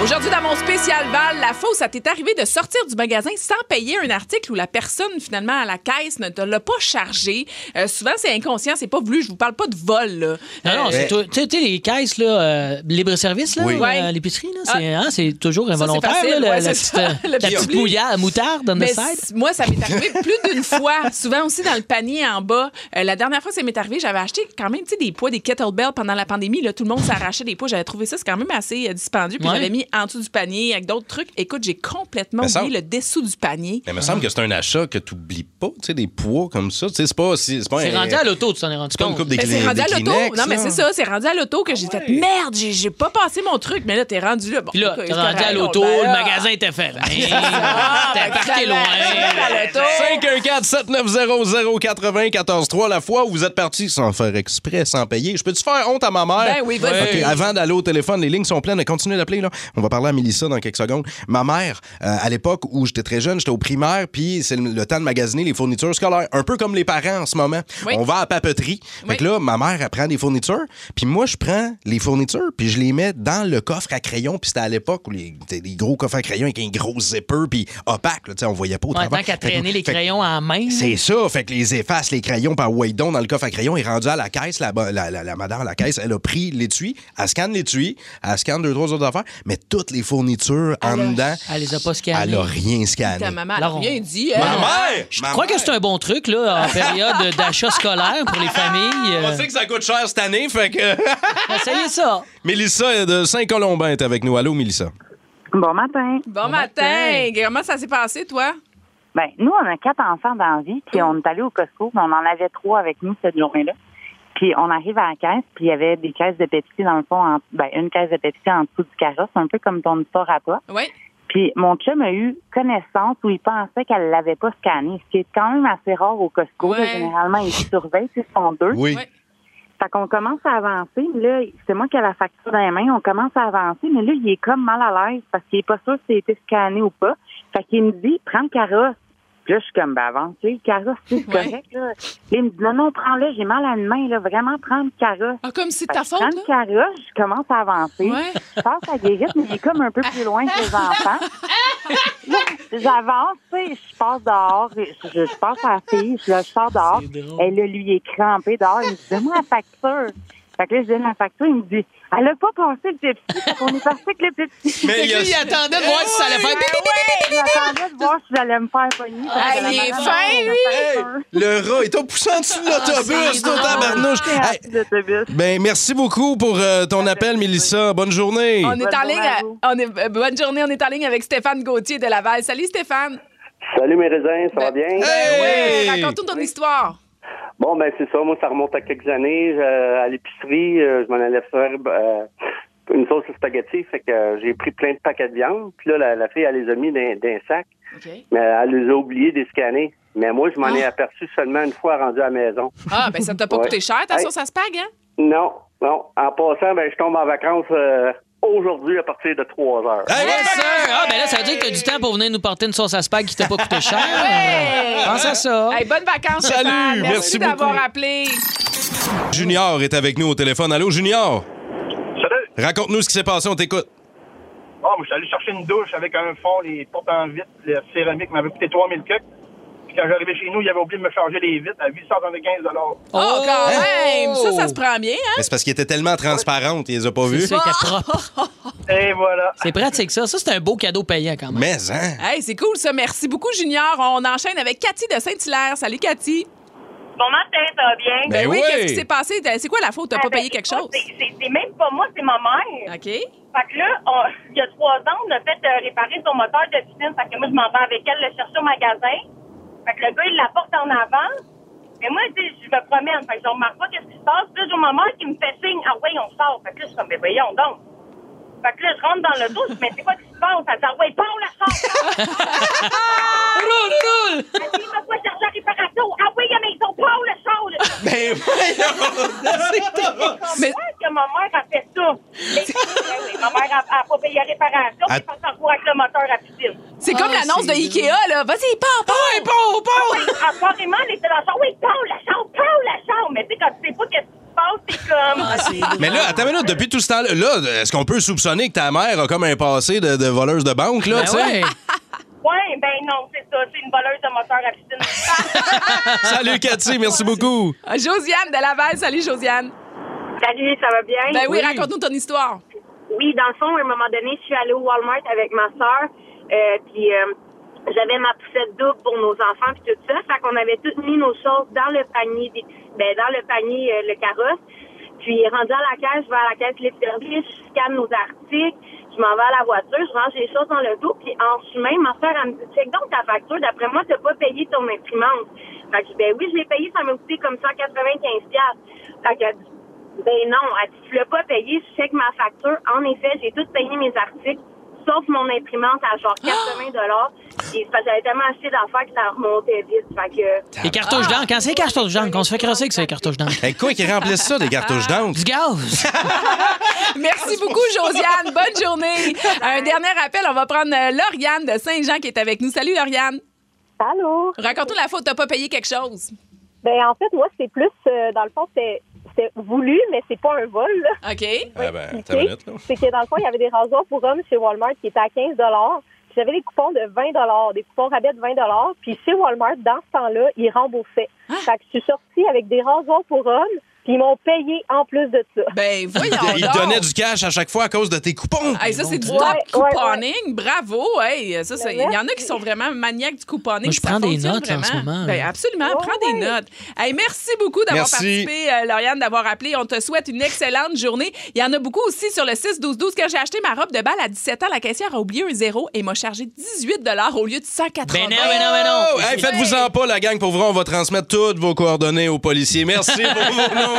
Aujourd'hui, dans mon spécial Val, la fausse, ça t'est arrivé de sortir du magasin sans payer un article où la personne, finalement, à la caisse ne te l'a pas chargé. Euh, souvent, c'est inconscient, c'est pas voulu. Je vous parle pas de vol, là. Non, non, Euh, c'est tout- tu sais, tu sais, les caisses, là, euh, libre-service, là, Oui. euh, Ouais. Ah. l'épicerie, là, c'est, hein, c'est toujours c'est involontaire, facile, là, le- la, ouais, c'est petite, ça. euh, Le la petit petite oubli. mouillade- moutarde on the Mais side. c- moi, ça m'est arrivé plus d'une fois, souvent aussi dans le panier en bas. Euh, la dernière fois, ça m'est arrivé, j'avais acheté quand même tu sais, des poids, des kettlebells pendant la pandémie. Là, tout le monde s'arrachait des poids. J'avais trouvé ça, c'est quand même assez euh, dispendieux. Puis Ouais. j'avais mis en dessous du panier avec d'autres trucs. Écoute, j'ai complètement Mais Ben, ça- oublié le dessous du panier. Mais il me semble que c'est un achat que tu n'oublies pas, tu sais, des poids comme ça. Tu sais, c'est pas, si- c'est pas C'est un- rendu à l'auto, tu t'en es rendu pas une compte. coupe des Ben, c'est Kleenex, rendu à l'auto. Kleenex, Non, mais là. c'est ça, c'est rendu à l'auto que j'ai fait merde, j'ai j'ai pas passé mon truc. Mais là, t'es rendu Ah là. Bon, Puis là, écoute, t'es c'est rendu à correct. l'auto, Ben le là, magasin était fermé. ben, T'es parqué clairement, loin. à l'auto. 514-790-094-3 la fois où vous êtes parti sans faire exprès, sans payer. Je peux-tu faire honte à ma mère? Ben oui, vas-y. OK, Oui. Avant d'aller au téléphone, les lignes sont pleines. Continuez d'appeler. là. On va parler à Mélissa dans quelques secondes. Ma mère, euh, à l'époque où j'étais très jeune, j'étais au primaire, puis c'est le, le temps de magasiner les fournitures scolaires. Un peu comme les parents en ce moment. Oui. On va à la papeterie. Fait que là, ma mère, elle prend des fournitures, puis moi, je prends les fournitures, puis je les mets dans le coffre à crayon. Puis c'était à l'époque où les, t'sais, des gros coffres à crayon avec un gros zipper, puis opaque. Là, t'sais, on voyait pas au Ouais, travers. tant qu'à Fait que- traîner les fait que- crayons en main. c'est ça, fait que les effaces, les crayons par Waydon dans le coffre à crayons est rendu à la caisse, la, la, la, la madame à la caisse, elle a pris l'étui, elle scanne l'étui, elle scanne deux, trois autres affaires, mais toutes les fournitures en dedans, Elle les a pas scannées. elle a rien scanné. Ta maman, elle Alors, a on- rien dit. hein. Ma elle. mère! Je Ma crois que c'est un bon truc, là, en période d'achat scolaire pour les familles. euh, On sait que ça coûte cher cette année, fait que... Essayez ça. Mélissa de Saint-Colombin est avec nous. Allô, Mélissa? Bon matin. Bon, matin. Comment ça s'est passé, toi? Ben, nous, on a quatre enfants dans la vie, puis on est allé au Costco, mais on en avait trois avec nous cette journée-là. Puis on arrive à la caisse, puis il y avait des caisses de Pepsi dans le fond, en- ben, une caisse de Pepsi en dessous du carrosse, un peu comme ton histoire à toi. Oui. Puis mon chum a eu connaissance où il pensait qu'elle l'avait pas scanné, ce qui est quand même assez rare au Costco. là. Ouais. Généralement, ils surveillent, ils sont deux. Oui. Fait qu'on commence à avancer. Là, c'est moi qui ai la facture dans les mains. On commence à avancer, mais là, il est comme mal à l'aise parce qu'il est pas sûr si a été scanné ou pas. Fait qu'il me dit, prends le carrosse. Puis là, je suis comme, ben, avance, tu sais, le carrosse, c'est correct, là. Là, il me dit, non, non, prends-le, j'ai mal à une main, là, vraiment, prends le carrosse. Ah, comme c'est ta faute, hein? Prends le carrosse, je commence à avancer. Ouais. Je passe à guérite, mais il est comme un peu plus loin que les enfants. Là, J'avance, tu sais, je passe dehors, je, je- je passe à la fille, je, je sors dehors. Et là, lui, il est crampé dehors, il me dit, donne-moi la facture. Fait que là, je donne la facture, il me dit, elle n'a pas passé le Pepsi, fait qu'on est parti avec le Pepsi. Mais il y a- Lui, attendait de voir si ça allait faire- Ouais, ouais, J'attendais de voir si j'allais me faire pogner. Ah, il est fin, lui! Le rat est au poussant dessus de l'autobus, ton tabarnouche. Hey, Ben, merci beaucoup pour euh, ton appel, Mélissa. Bonne journée. On est en ligne. à- on est, euh, bonne journée, on est en ligne avec Stéphane Gauthier de Laval. Salut Stéphane. Salut mes raisins, ça va bien? Ben Ouais, Raconte-nous ton histoire. Bon, ben c'est ça, moi ça remonte à quelques années. Je- à l'épicerie, euh, je m'en allais faire euh, une sauce spaghetti, fait que euh, j'ai pris plein de paquets de viande. Puis là, la, la fille, elle les a mis dans, dans un sac, mais elle les a oubliés de les scanner. Mais moi, je m'en Ah. ai aperçu seulement une fois rendu à la maison. Ah, ben ça t'a pas Ouais. coûté cher, ta Hey. sauce à spag, hein? Non, non. En passant, ben je tombe en vacances euh, aujourd'hui à partir de 3 heures. Ah, ben là, ça veut dire que t'as du temps pour venir nous porter une sauce à spag qui t'a pas coûté cher. Ouais. Pense à ça. Oh. Hey, bonnes vacances, Salut, Stéphane. merci d'avoir beaucoup. appelé. Junior est avec nous au téléphone. Allô, Junior? Salut. Raconte-nous ce qui s'est passé, on t'écoute. Bon, je suis allé chercher une douche avec un fond, les portes en vitre, le céramique m'avait coûté 3000 cucs. Puis quand j'arrivais chez nous, il avait oublié de me changer les vitres à 875 Oh, quand Hein? même! Ça, ça se prend bien, hein? Mais C'est parce qu'il était tellement transparente, il les a pas vus. ça, il était propre. Et voilà. C'est pratique, ça. Ça, c'est un beau cadeau payant quand même. Mais, hein? Hey, c'est cool ça. Merci beaucoup, Junior. On enchaîne avec Cathy de Saint-Hilaire. Salut, Cathy. Bon matin, ça va bien? Ben, oui, qu'est-ce qui s'est passé? T'as- C'est quoi la faute? T'as pas payé quelque chose? Ah, ben, C'est c'est même pas moi, c'est ma mère. OK. Fait que là, on- il y a trois ans, on a fait euh, réparer son moteur de piscine. Fait que moi, je m'en vais avec elle le chercher au magasin. Fait que le gars, il la porte en avant. Mais moi, tu sais, je me promène. Fait que je remarque pas qu'est-ce qui se passe. Puis là, j'ai ma mère qui me fait signe. Ah ouais, on sort. Fait que là, je suis comme, mais voyons donc. Fait que là, je rentre dans le dos. Je dis, mais c'est quoi qui se passe? Elle dit, ah ouais, pas, on la sort. roule, roule! Elle dit, il va pas chercher la réparation. Ah oui, mais ils ont pas, on le sort. là. Ben voyons! Mais que ma mère a fait ça. Mais, Ben oui, ma mère a, a pas payé la réparation, À- puis elle s'en fout avec le moteur à piscine. Ah, C'est comme l'annonce de Ikea, là. Vas-y, pars, pars! Oui, bon, Oh, bon! Apparemment, elle était dans la chambre. Oui, pars, la chambre, pars, la chambre. Mais tu sais, quand tu sais pas qu'est-ce qui se passe, c'est comme. Mais là, attends une minute, depuis tout ce temps-là, là, est-ce qu'on peut soupçonner que ta mère a comme un passé de, de voleuse de banque, là, Ben tu ouais. sais? Ouais, ben non, c'est ça. C'est une voleuse de moteur à piscine. Salut, Cathy, merci beaucoup. Ah, Josiane de Laval. Salut, Josiane. Salut, ça va bien? Ben oui, raconte-nous ton histoire. Oui, dans le fond, à un moment donné, je suis allée au Walmart avec ma soeur, puis euh, j'avais ma poussette double pour nos enfants, puis tout ça. Fait qu'on avait toutes mis nos choses dans le panier, des- ben, dans le panier, euh, le carrosse. Puis, rendu à la caisse, je vais à la caisse les services, je scanne nos articles, je m'en vais à la voiture, je range les choses dans le dos, puis en chemin, ma soeur, elle me dit, check donc ta facture, d'après moi, t'as pas payé ton imprimante. Fait que, je dis, ben oui, je l'ai payé, ça m'a coûté comme 195$. piastres. Fait qu'elle dit, ben non, elle dit, tu l'as pas payé, je check ma facture. En effet, j'ai tout payé mes articles, sauf mon imprimante à genre 80 dollars. Et c'est parce que j'avais tellement acheté d'affaires que ça remontait vite. Fait que, Les cartouches d'encre, quand c'est les cartouches d'encre, on se fait crosser que c'est les cartouches d'encre. Ben, quoi qui remplissent ça, des cartouches d'encre? Du gaz! Merci beaucoup, Josiane. Bonne journée. Un dernier appel, on va prendre euh, Lauriane de Saint-Jean qui est avec nous. Salut, Lauriane. Allô? Raconte-nous la faute, t'as pas payé quelque chose. Ben, en fait, moi, c'est plus, euh, dans le fond, c'est c'est voulu, mais c'est pas un vol. là. OK. Ah ben, Expliquer, C'est que, dans le fond, il y avait des rasoirs pour hommes chez Walmart qui étaient à 15 puis J'avais des coupons de 20 des coupons rabais de 20 Puis chez Walmart, dans ce temps-là, ils remboursaient. Fait que je suis sortie avec des rasoirs pour hommes, puis ils m'ont payé en plus de ça. Ben, Il te donnait du cash à chaque fois à cause de tes coupons. Hey, ça, c'est du Ouais, top ouais, couponing. Bravo. Hey, ça, ça- il y en a qui merci. sont vraiment maniaques du couponing. Moi, je Ça prends des fonctionne notes en ce vraiment. moment, hein. Ben, là. absolument, prends des notes. Hey, merci beaucoup d'avoir Merci. participé, euh, Lauriane, d'avoir appelé. On te souhaite une excellente journée. Il y en a beaucoup aussi sur le 6-12-12. Quand j'ai acheté ma robe de balle à 17 ans, la caissière a oublié un zéro et m'a chargé 18 au lieu de 180 Ben non, ben Ah non, ben non. Oh! Hey, faites-vous-en pas, la gang, pour vrai, on va transmettre toutes vos coordonnées aux policiers. Merci pour vos nombreux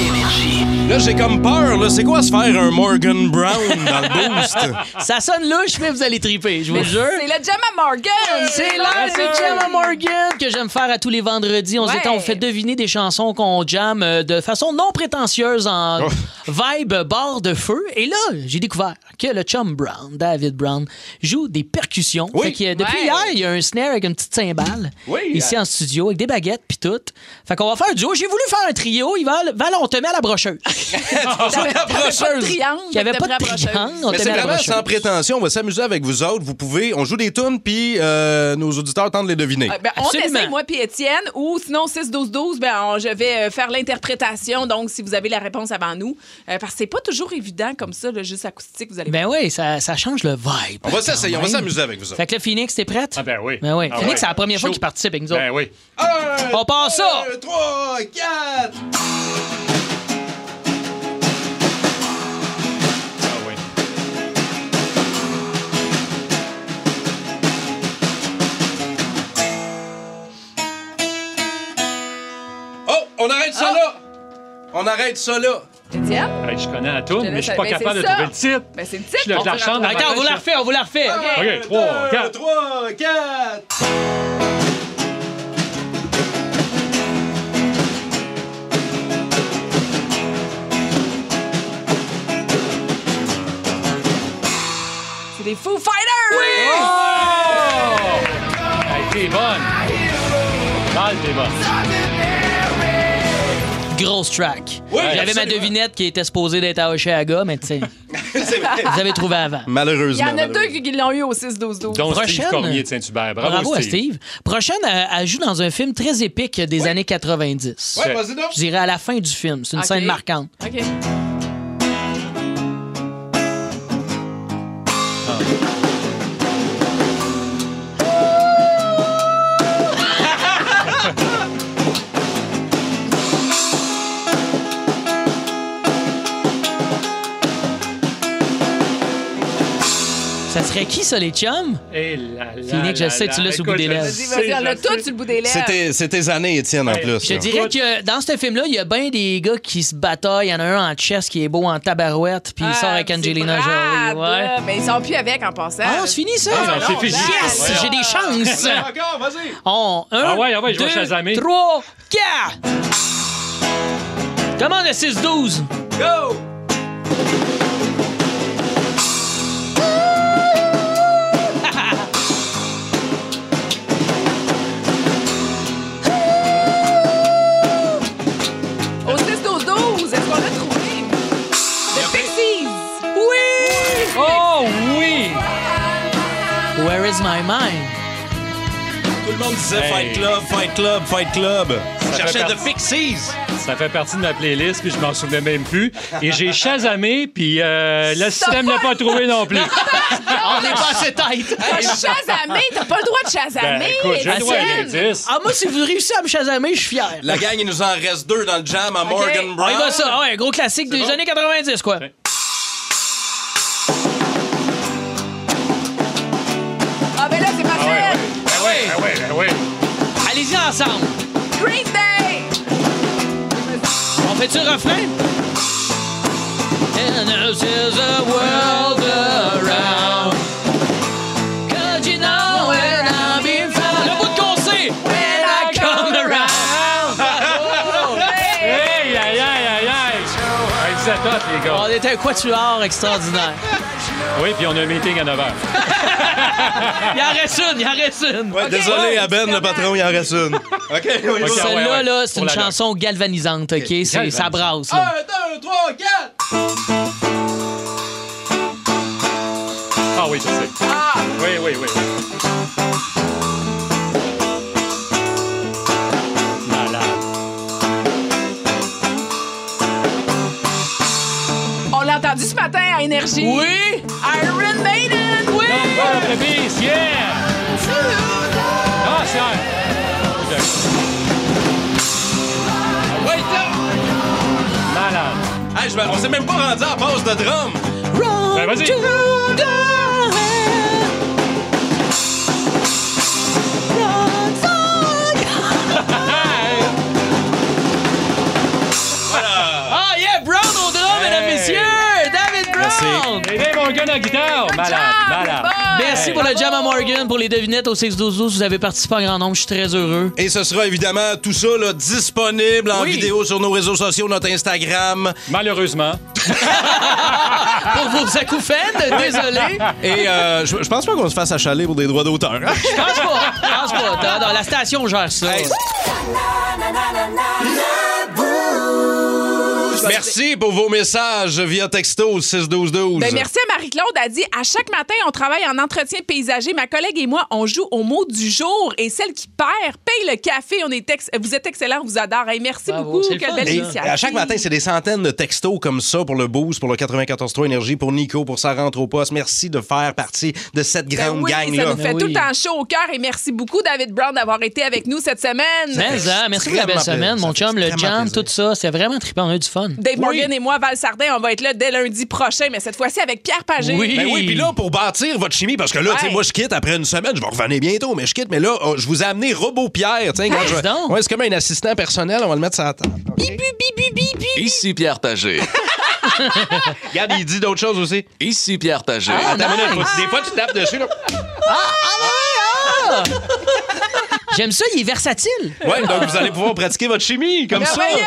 Énergie. Là, j'ai comme peur. Là, c'est quoi se faire un Morgan Brown dans le boost? Ça sonne louche, mais vous allez triper, je vous Mais le jure. C'est le Gemma Morgan! C'est l'heure c'est de Gemma Morgan que j'aime faire à tous les vendredis. On se Ouais. détend, on fait deviner des chansons qu'on jamme euh, de façon non prétentieuse en Oh. vibe barre de feu. Et là, j'ai découvert que le chum Brown, David Brown, joue des percussions. Fait que, euh, depuis Ouais. hier, il y a un snare avec une petite cymbale ici en studio avec des baguettes puis tout. Fait qu'on va faire un duo. J'ai voulu faire un trio. Il va, Val, on te met à la brocheuse. T'avais- t'avais pas de triangle, Il y avait fait que pas de t'as pris la triangle. brocheuse. On Mais te c'est met à la vraiment brocheuse. sans prétention. On va s'amuser avec vous autres. Vous pouvez. On joue des tunes, puis euh, nos auditeurs tentent de les deviner. Ah, ben, on essaie, moi puis Étienne, ou sinon 6-12-12, ben, on- je vais euh, faire l'interprétation. Donc, si vous avez la réponse avant nous, euh, parce que c'est pas toujours évident comme ça, là, juste acoustique, vous allez Ben oui, ça, ça change le vibe. On va s'essayer, Quand on va même. s'amuser avec vous autres. Fait que là, Phoenix, t'es prête? Ah ben oui. Ben oui. Ah Phoenix, ouais. c'est la première fois Chaud. qu'il participe avec nous Eh autres. Ben oui. On passe ça! 3, 4! Ah Oh, on arrête Ah. ça là! On arrête ça là! Étienne? Hey, je connais la Je toune, te mais je suis laisse- pas ben, capable de c'est ça. trouver le titre. Ben, c'est le titre. Je le- je la chante dans ma Attends, on tête, vous la ça. refait, on vous la refait. OK, 3, 4. 3, 4! C'est des Foo Fighters! Oui! Hey, t'es bonne. Mal, t'es bonne. Grosse track. Oui, J'avais ma absolument. devinette qui était supposée d'être à Oshéaga, mais tu sais, vous avez trouvé avant. Il y Malheureusement. en a deux qui qui l'ont eu au 6-12-12. Saint-Hubert. Bravo, Bravo, à Steve. Steve. Prochaine, elle, elle joue dans un film très épique des années 90. Ouais, vas-y donc. Je dirais à la fin du film. C'est une Ok. scène marquante. OK. Ça serait qui, ça, les chums? Hey, Eh là, là, Phoenix, je là, sais que tu là. l'as sous le bout Écoute, des je lèvres. sais, Vas-y, on je l'a sais. tout sur le bout des lèvres. C'était c'est tes années, Étienne, en plus. Je là. dirais que dans ce film-là, il y a bien des gars qui se bataillent. Il y en a un en chess qui est beau en tabarouette, puis il sort avec Ah, Angelina c'est Jolie. Brad, Ouais. là. Mais ils sont plus avec en passant. Ah, c'est fini, ça? Ah, non, c'est fini. Yes, ben, j'ai des chances. Ben, Encore, vas-y! On, un, Ah ouais, ah ouais, je deux, vais chasamer. trois, quatre. Comment le 6-12? Go! Au 6-12-12, est-ce qu'on l'a trouvé? The Pixies! Oui! Oh oui! Where is my mind? Tout le monde disait Hey. Fight Club, Fight Club, Fight Club. Ça fait Cherchait de partie- Pixies. Ça fait partie de ma playlist, puis je m'en souvenais même plus. Et j'ai chasamé, puis euh, le système n'a pas trouvé non plus. On est passé tête. T'as Shazamé! T'as pas le droit de Shazamer! Ben, écoute, j'ai le droit Étienne. à l'indice. Ah, moi, si vous réussissez à me chasamer, je suis fier. La gang, il nous en reste deux dans le jam à Morgan On y Brown. va ça. Ah Ouais, gros classique des années 90, quoi. Ah, ben là, c'est parfait! Ah ouais, ah ouais, ah ouais. Allez-y ensemble. Green Day! On fait-tu le refrain? And this is a world around. Cause you know when I'll be found. Le bout de qu'on sait. When I come around. Hey, aïe, aïe, aïe, aïe. Hey, vous êtes hot, les gars. On était un quatuor extraordinaire. Oui, puis on a un meeting à 9 h. Il en reste une, il en reste une. Ouais, Désolé, à Ben, le patron, il en reste une. OK, on y va. Celle-là, ouais. là, c'est Pour une la chanson galvanisante, OK? C'est- Ça Galvanisante. brasse, là. 1, 2, 3, 4! Ah oui, je sais. Oui, oui, oui. Malade. On l'a entendu ce matin à Énergie. Oui! Iron Maiden! Oui! Number of the Beast, yeah! Ah, c'est Wait up! Malade. Hey, je me- on s'est même pas rendu à la pause de drum. Ben, vas-y. to Ah yeah, Brown, on la guitare! Malade, malade. Merci Hey. pour le jam à Morgan, pour les devinettes au 6-12-12. Vous avez participé en grand nombre. Je suis très heureux. Et ce sera évidemment tout ça là, disponible en Oui. vidéo sur nos réseaux sociaux, notre Instagram. Malheureusement. pour vos acouphènes, désolé. Et euh, je je pense pas qu'on se fasse achaler pour des droits d'auteur. hein? Je pense pas. Je pense pas. Dans- dans la station gère ça. Merci pour vos messages via texto au 61212. Ben, merci à Marie-Claude. Elle dit À chaque matin, on travaille en entretien paysager. Ma collègue et moi, on joue au mot du jour et celle qui perd paye le café. On est ex- Vous êtes excellent, on vous adore. Hey, merci beaucoup. Quelle belle Et initiative. à chaque matin, c'est des centaines de textos comme ça pour le Boost, pour le 94.3 Énergie, pour Nico, pour sa rentre au poste. Merci de faire partie de cette Ben grande oui, gang-là. ça nous fait tout le temps chaud au cœur et merci beaucoup, David Brown, d'avoir été avec nous cette semaine. Mais, hein, merci pour la belle Extrêmement semaine, mon chum. Le jam, tout ça. C'est vraiment trippant. On a eu du fun. Dave Morgan et moi, Val Sardin, on va être là dès lundi prochain, mais cette fois-ci avec Pierre Pagé. Ben oui, puis là, pour bâtir votre chimie, parce que là, tu sais, Ouais. moi, je quitte après une semaine, je vais revenir bientôt, mais je quitte. Mais là, oh, je vous ai amené Robot Pierre. tu sais, quand Hey, je- dis donc. Ouais, c'est comme un assistant personnel, on va le mettre sur la table. Ici Pierre Pagé. Regarde, il dit d'autres choses aussi. Ici Pierre Pagé. Ah, Attends, nice. minute, faut- des fois, tu tapes dessus. Là. J'aime ça, il est versatile. Ouais, donc vous allez pouvoir pratiquer votre chimie comme ça. Merveilleux!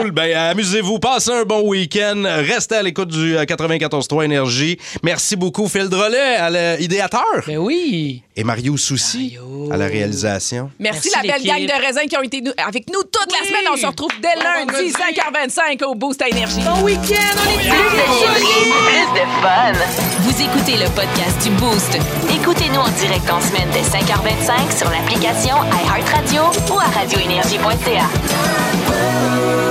Cool. Ben, amusez-vous. Passez un bon week-end. Restez à l'écoute du euh, 94.3 Énergie. Merci beaucoup, Phil Drolet, à l'idéateur. Ben oui. Et Mario Souci à la réalisation. Merci, la belle gang de raisins qui ont été nous- avec nous toute la semaine. On se retrouve dès lundi, 5h25 au Boost à Énergie. Bon week-end, on est Plus de niaiserie, plus de fun. Vous écoutez le podcast du Boost. Écoutez-nous en direct en semaine dès 5h25 sur l'application iHeartRadio ou à radioénergie.ca.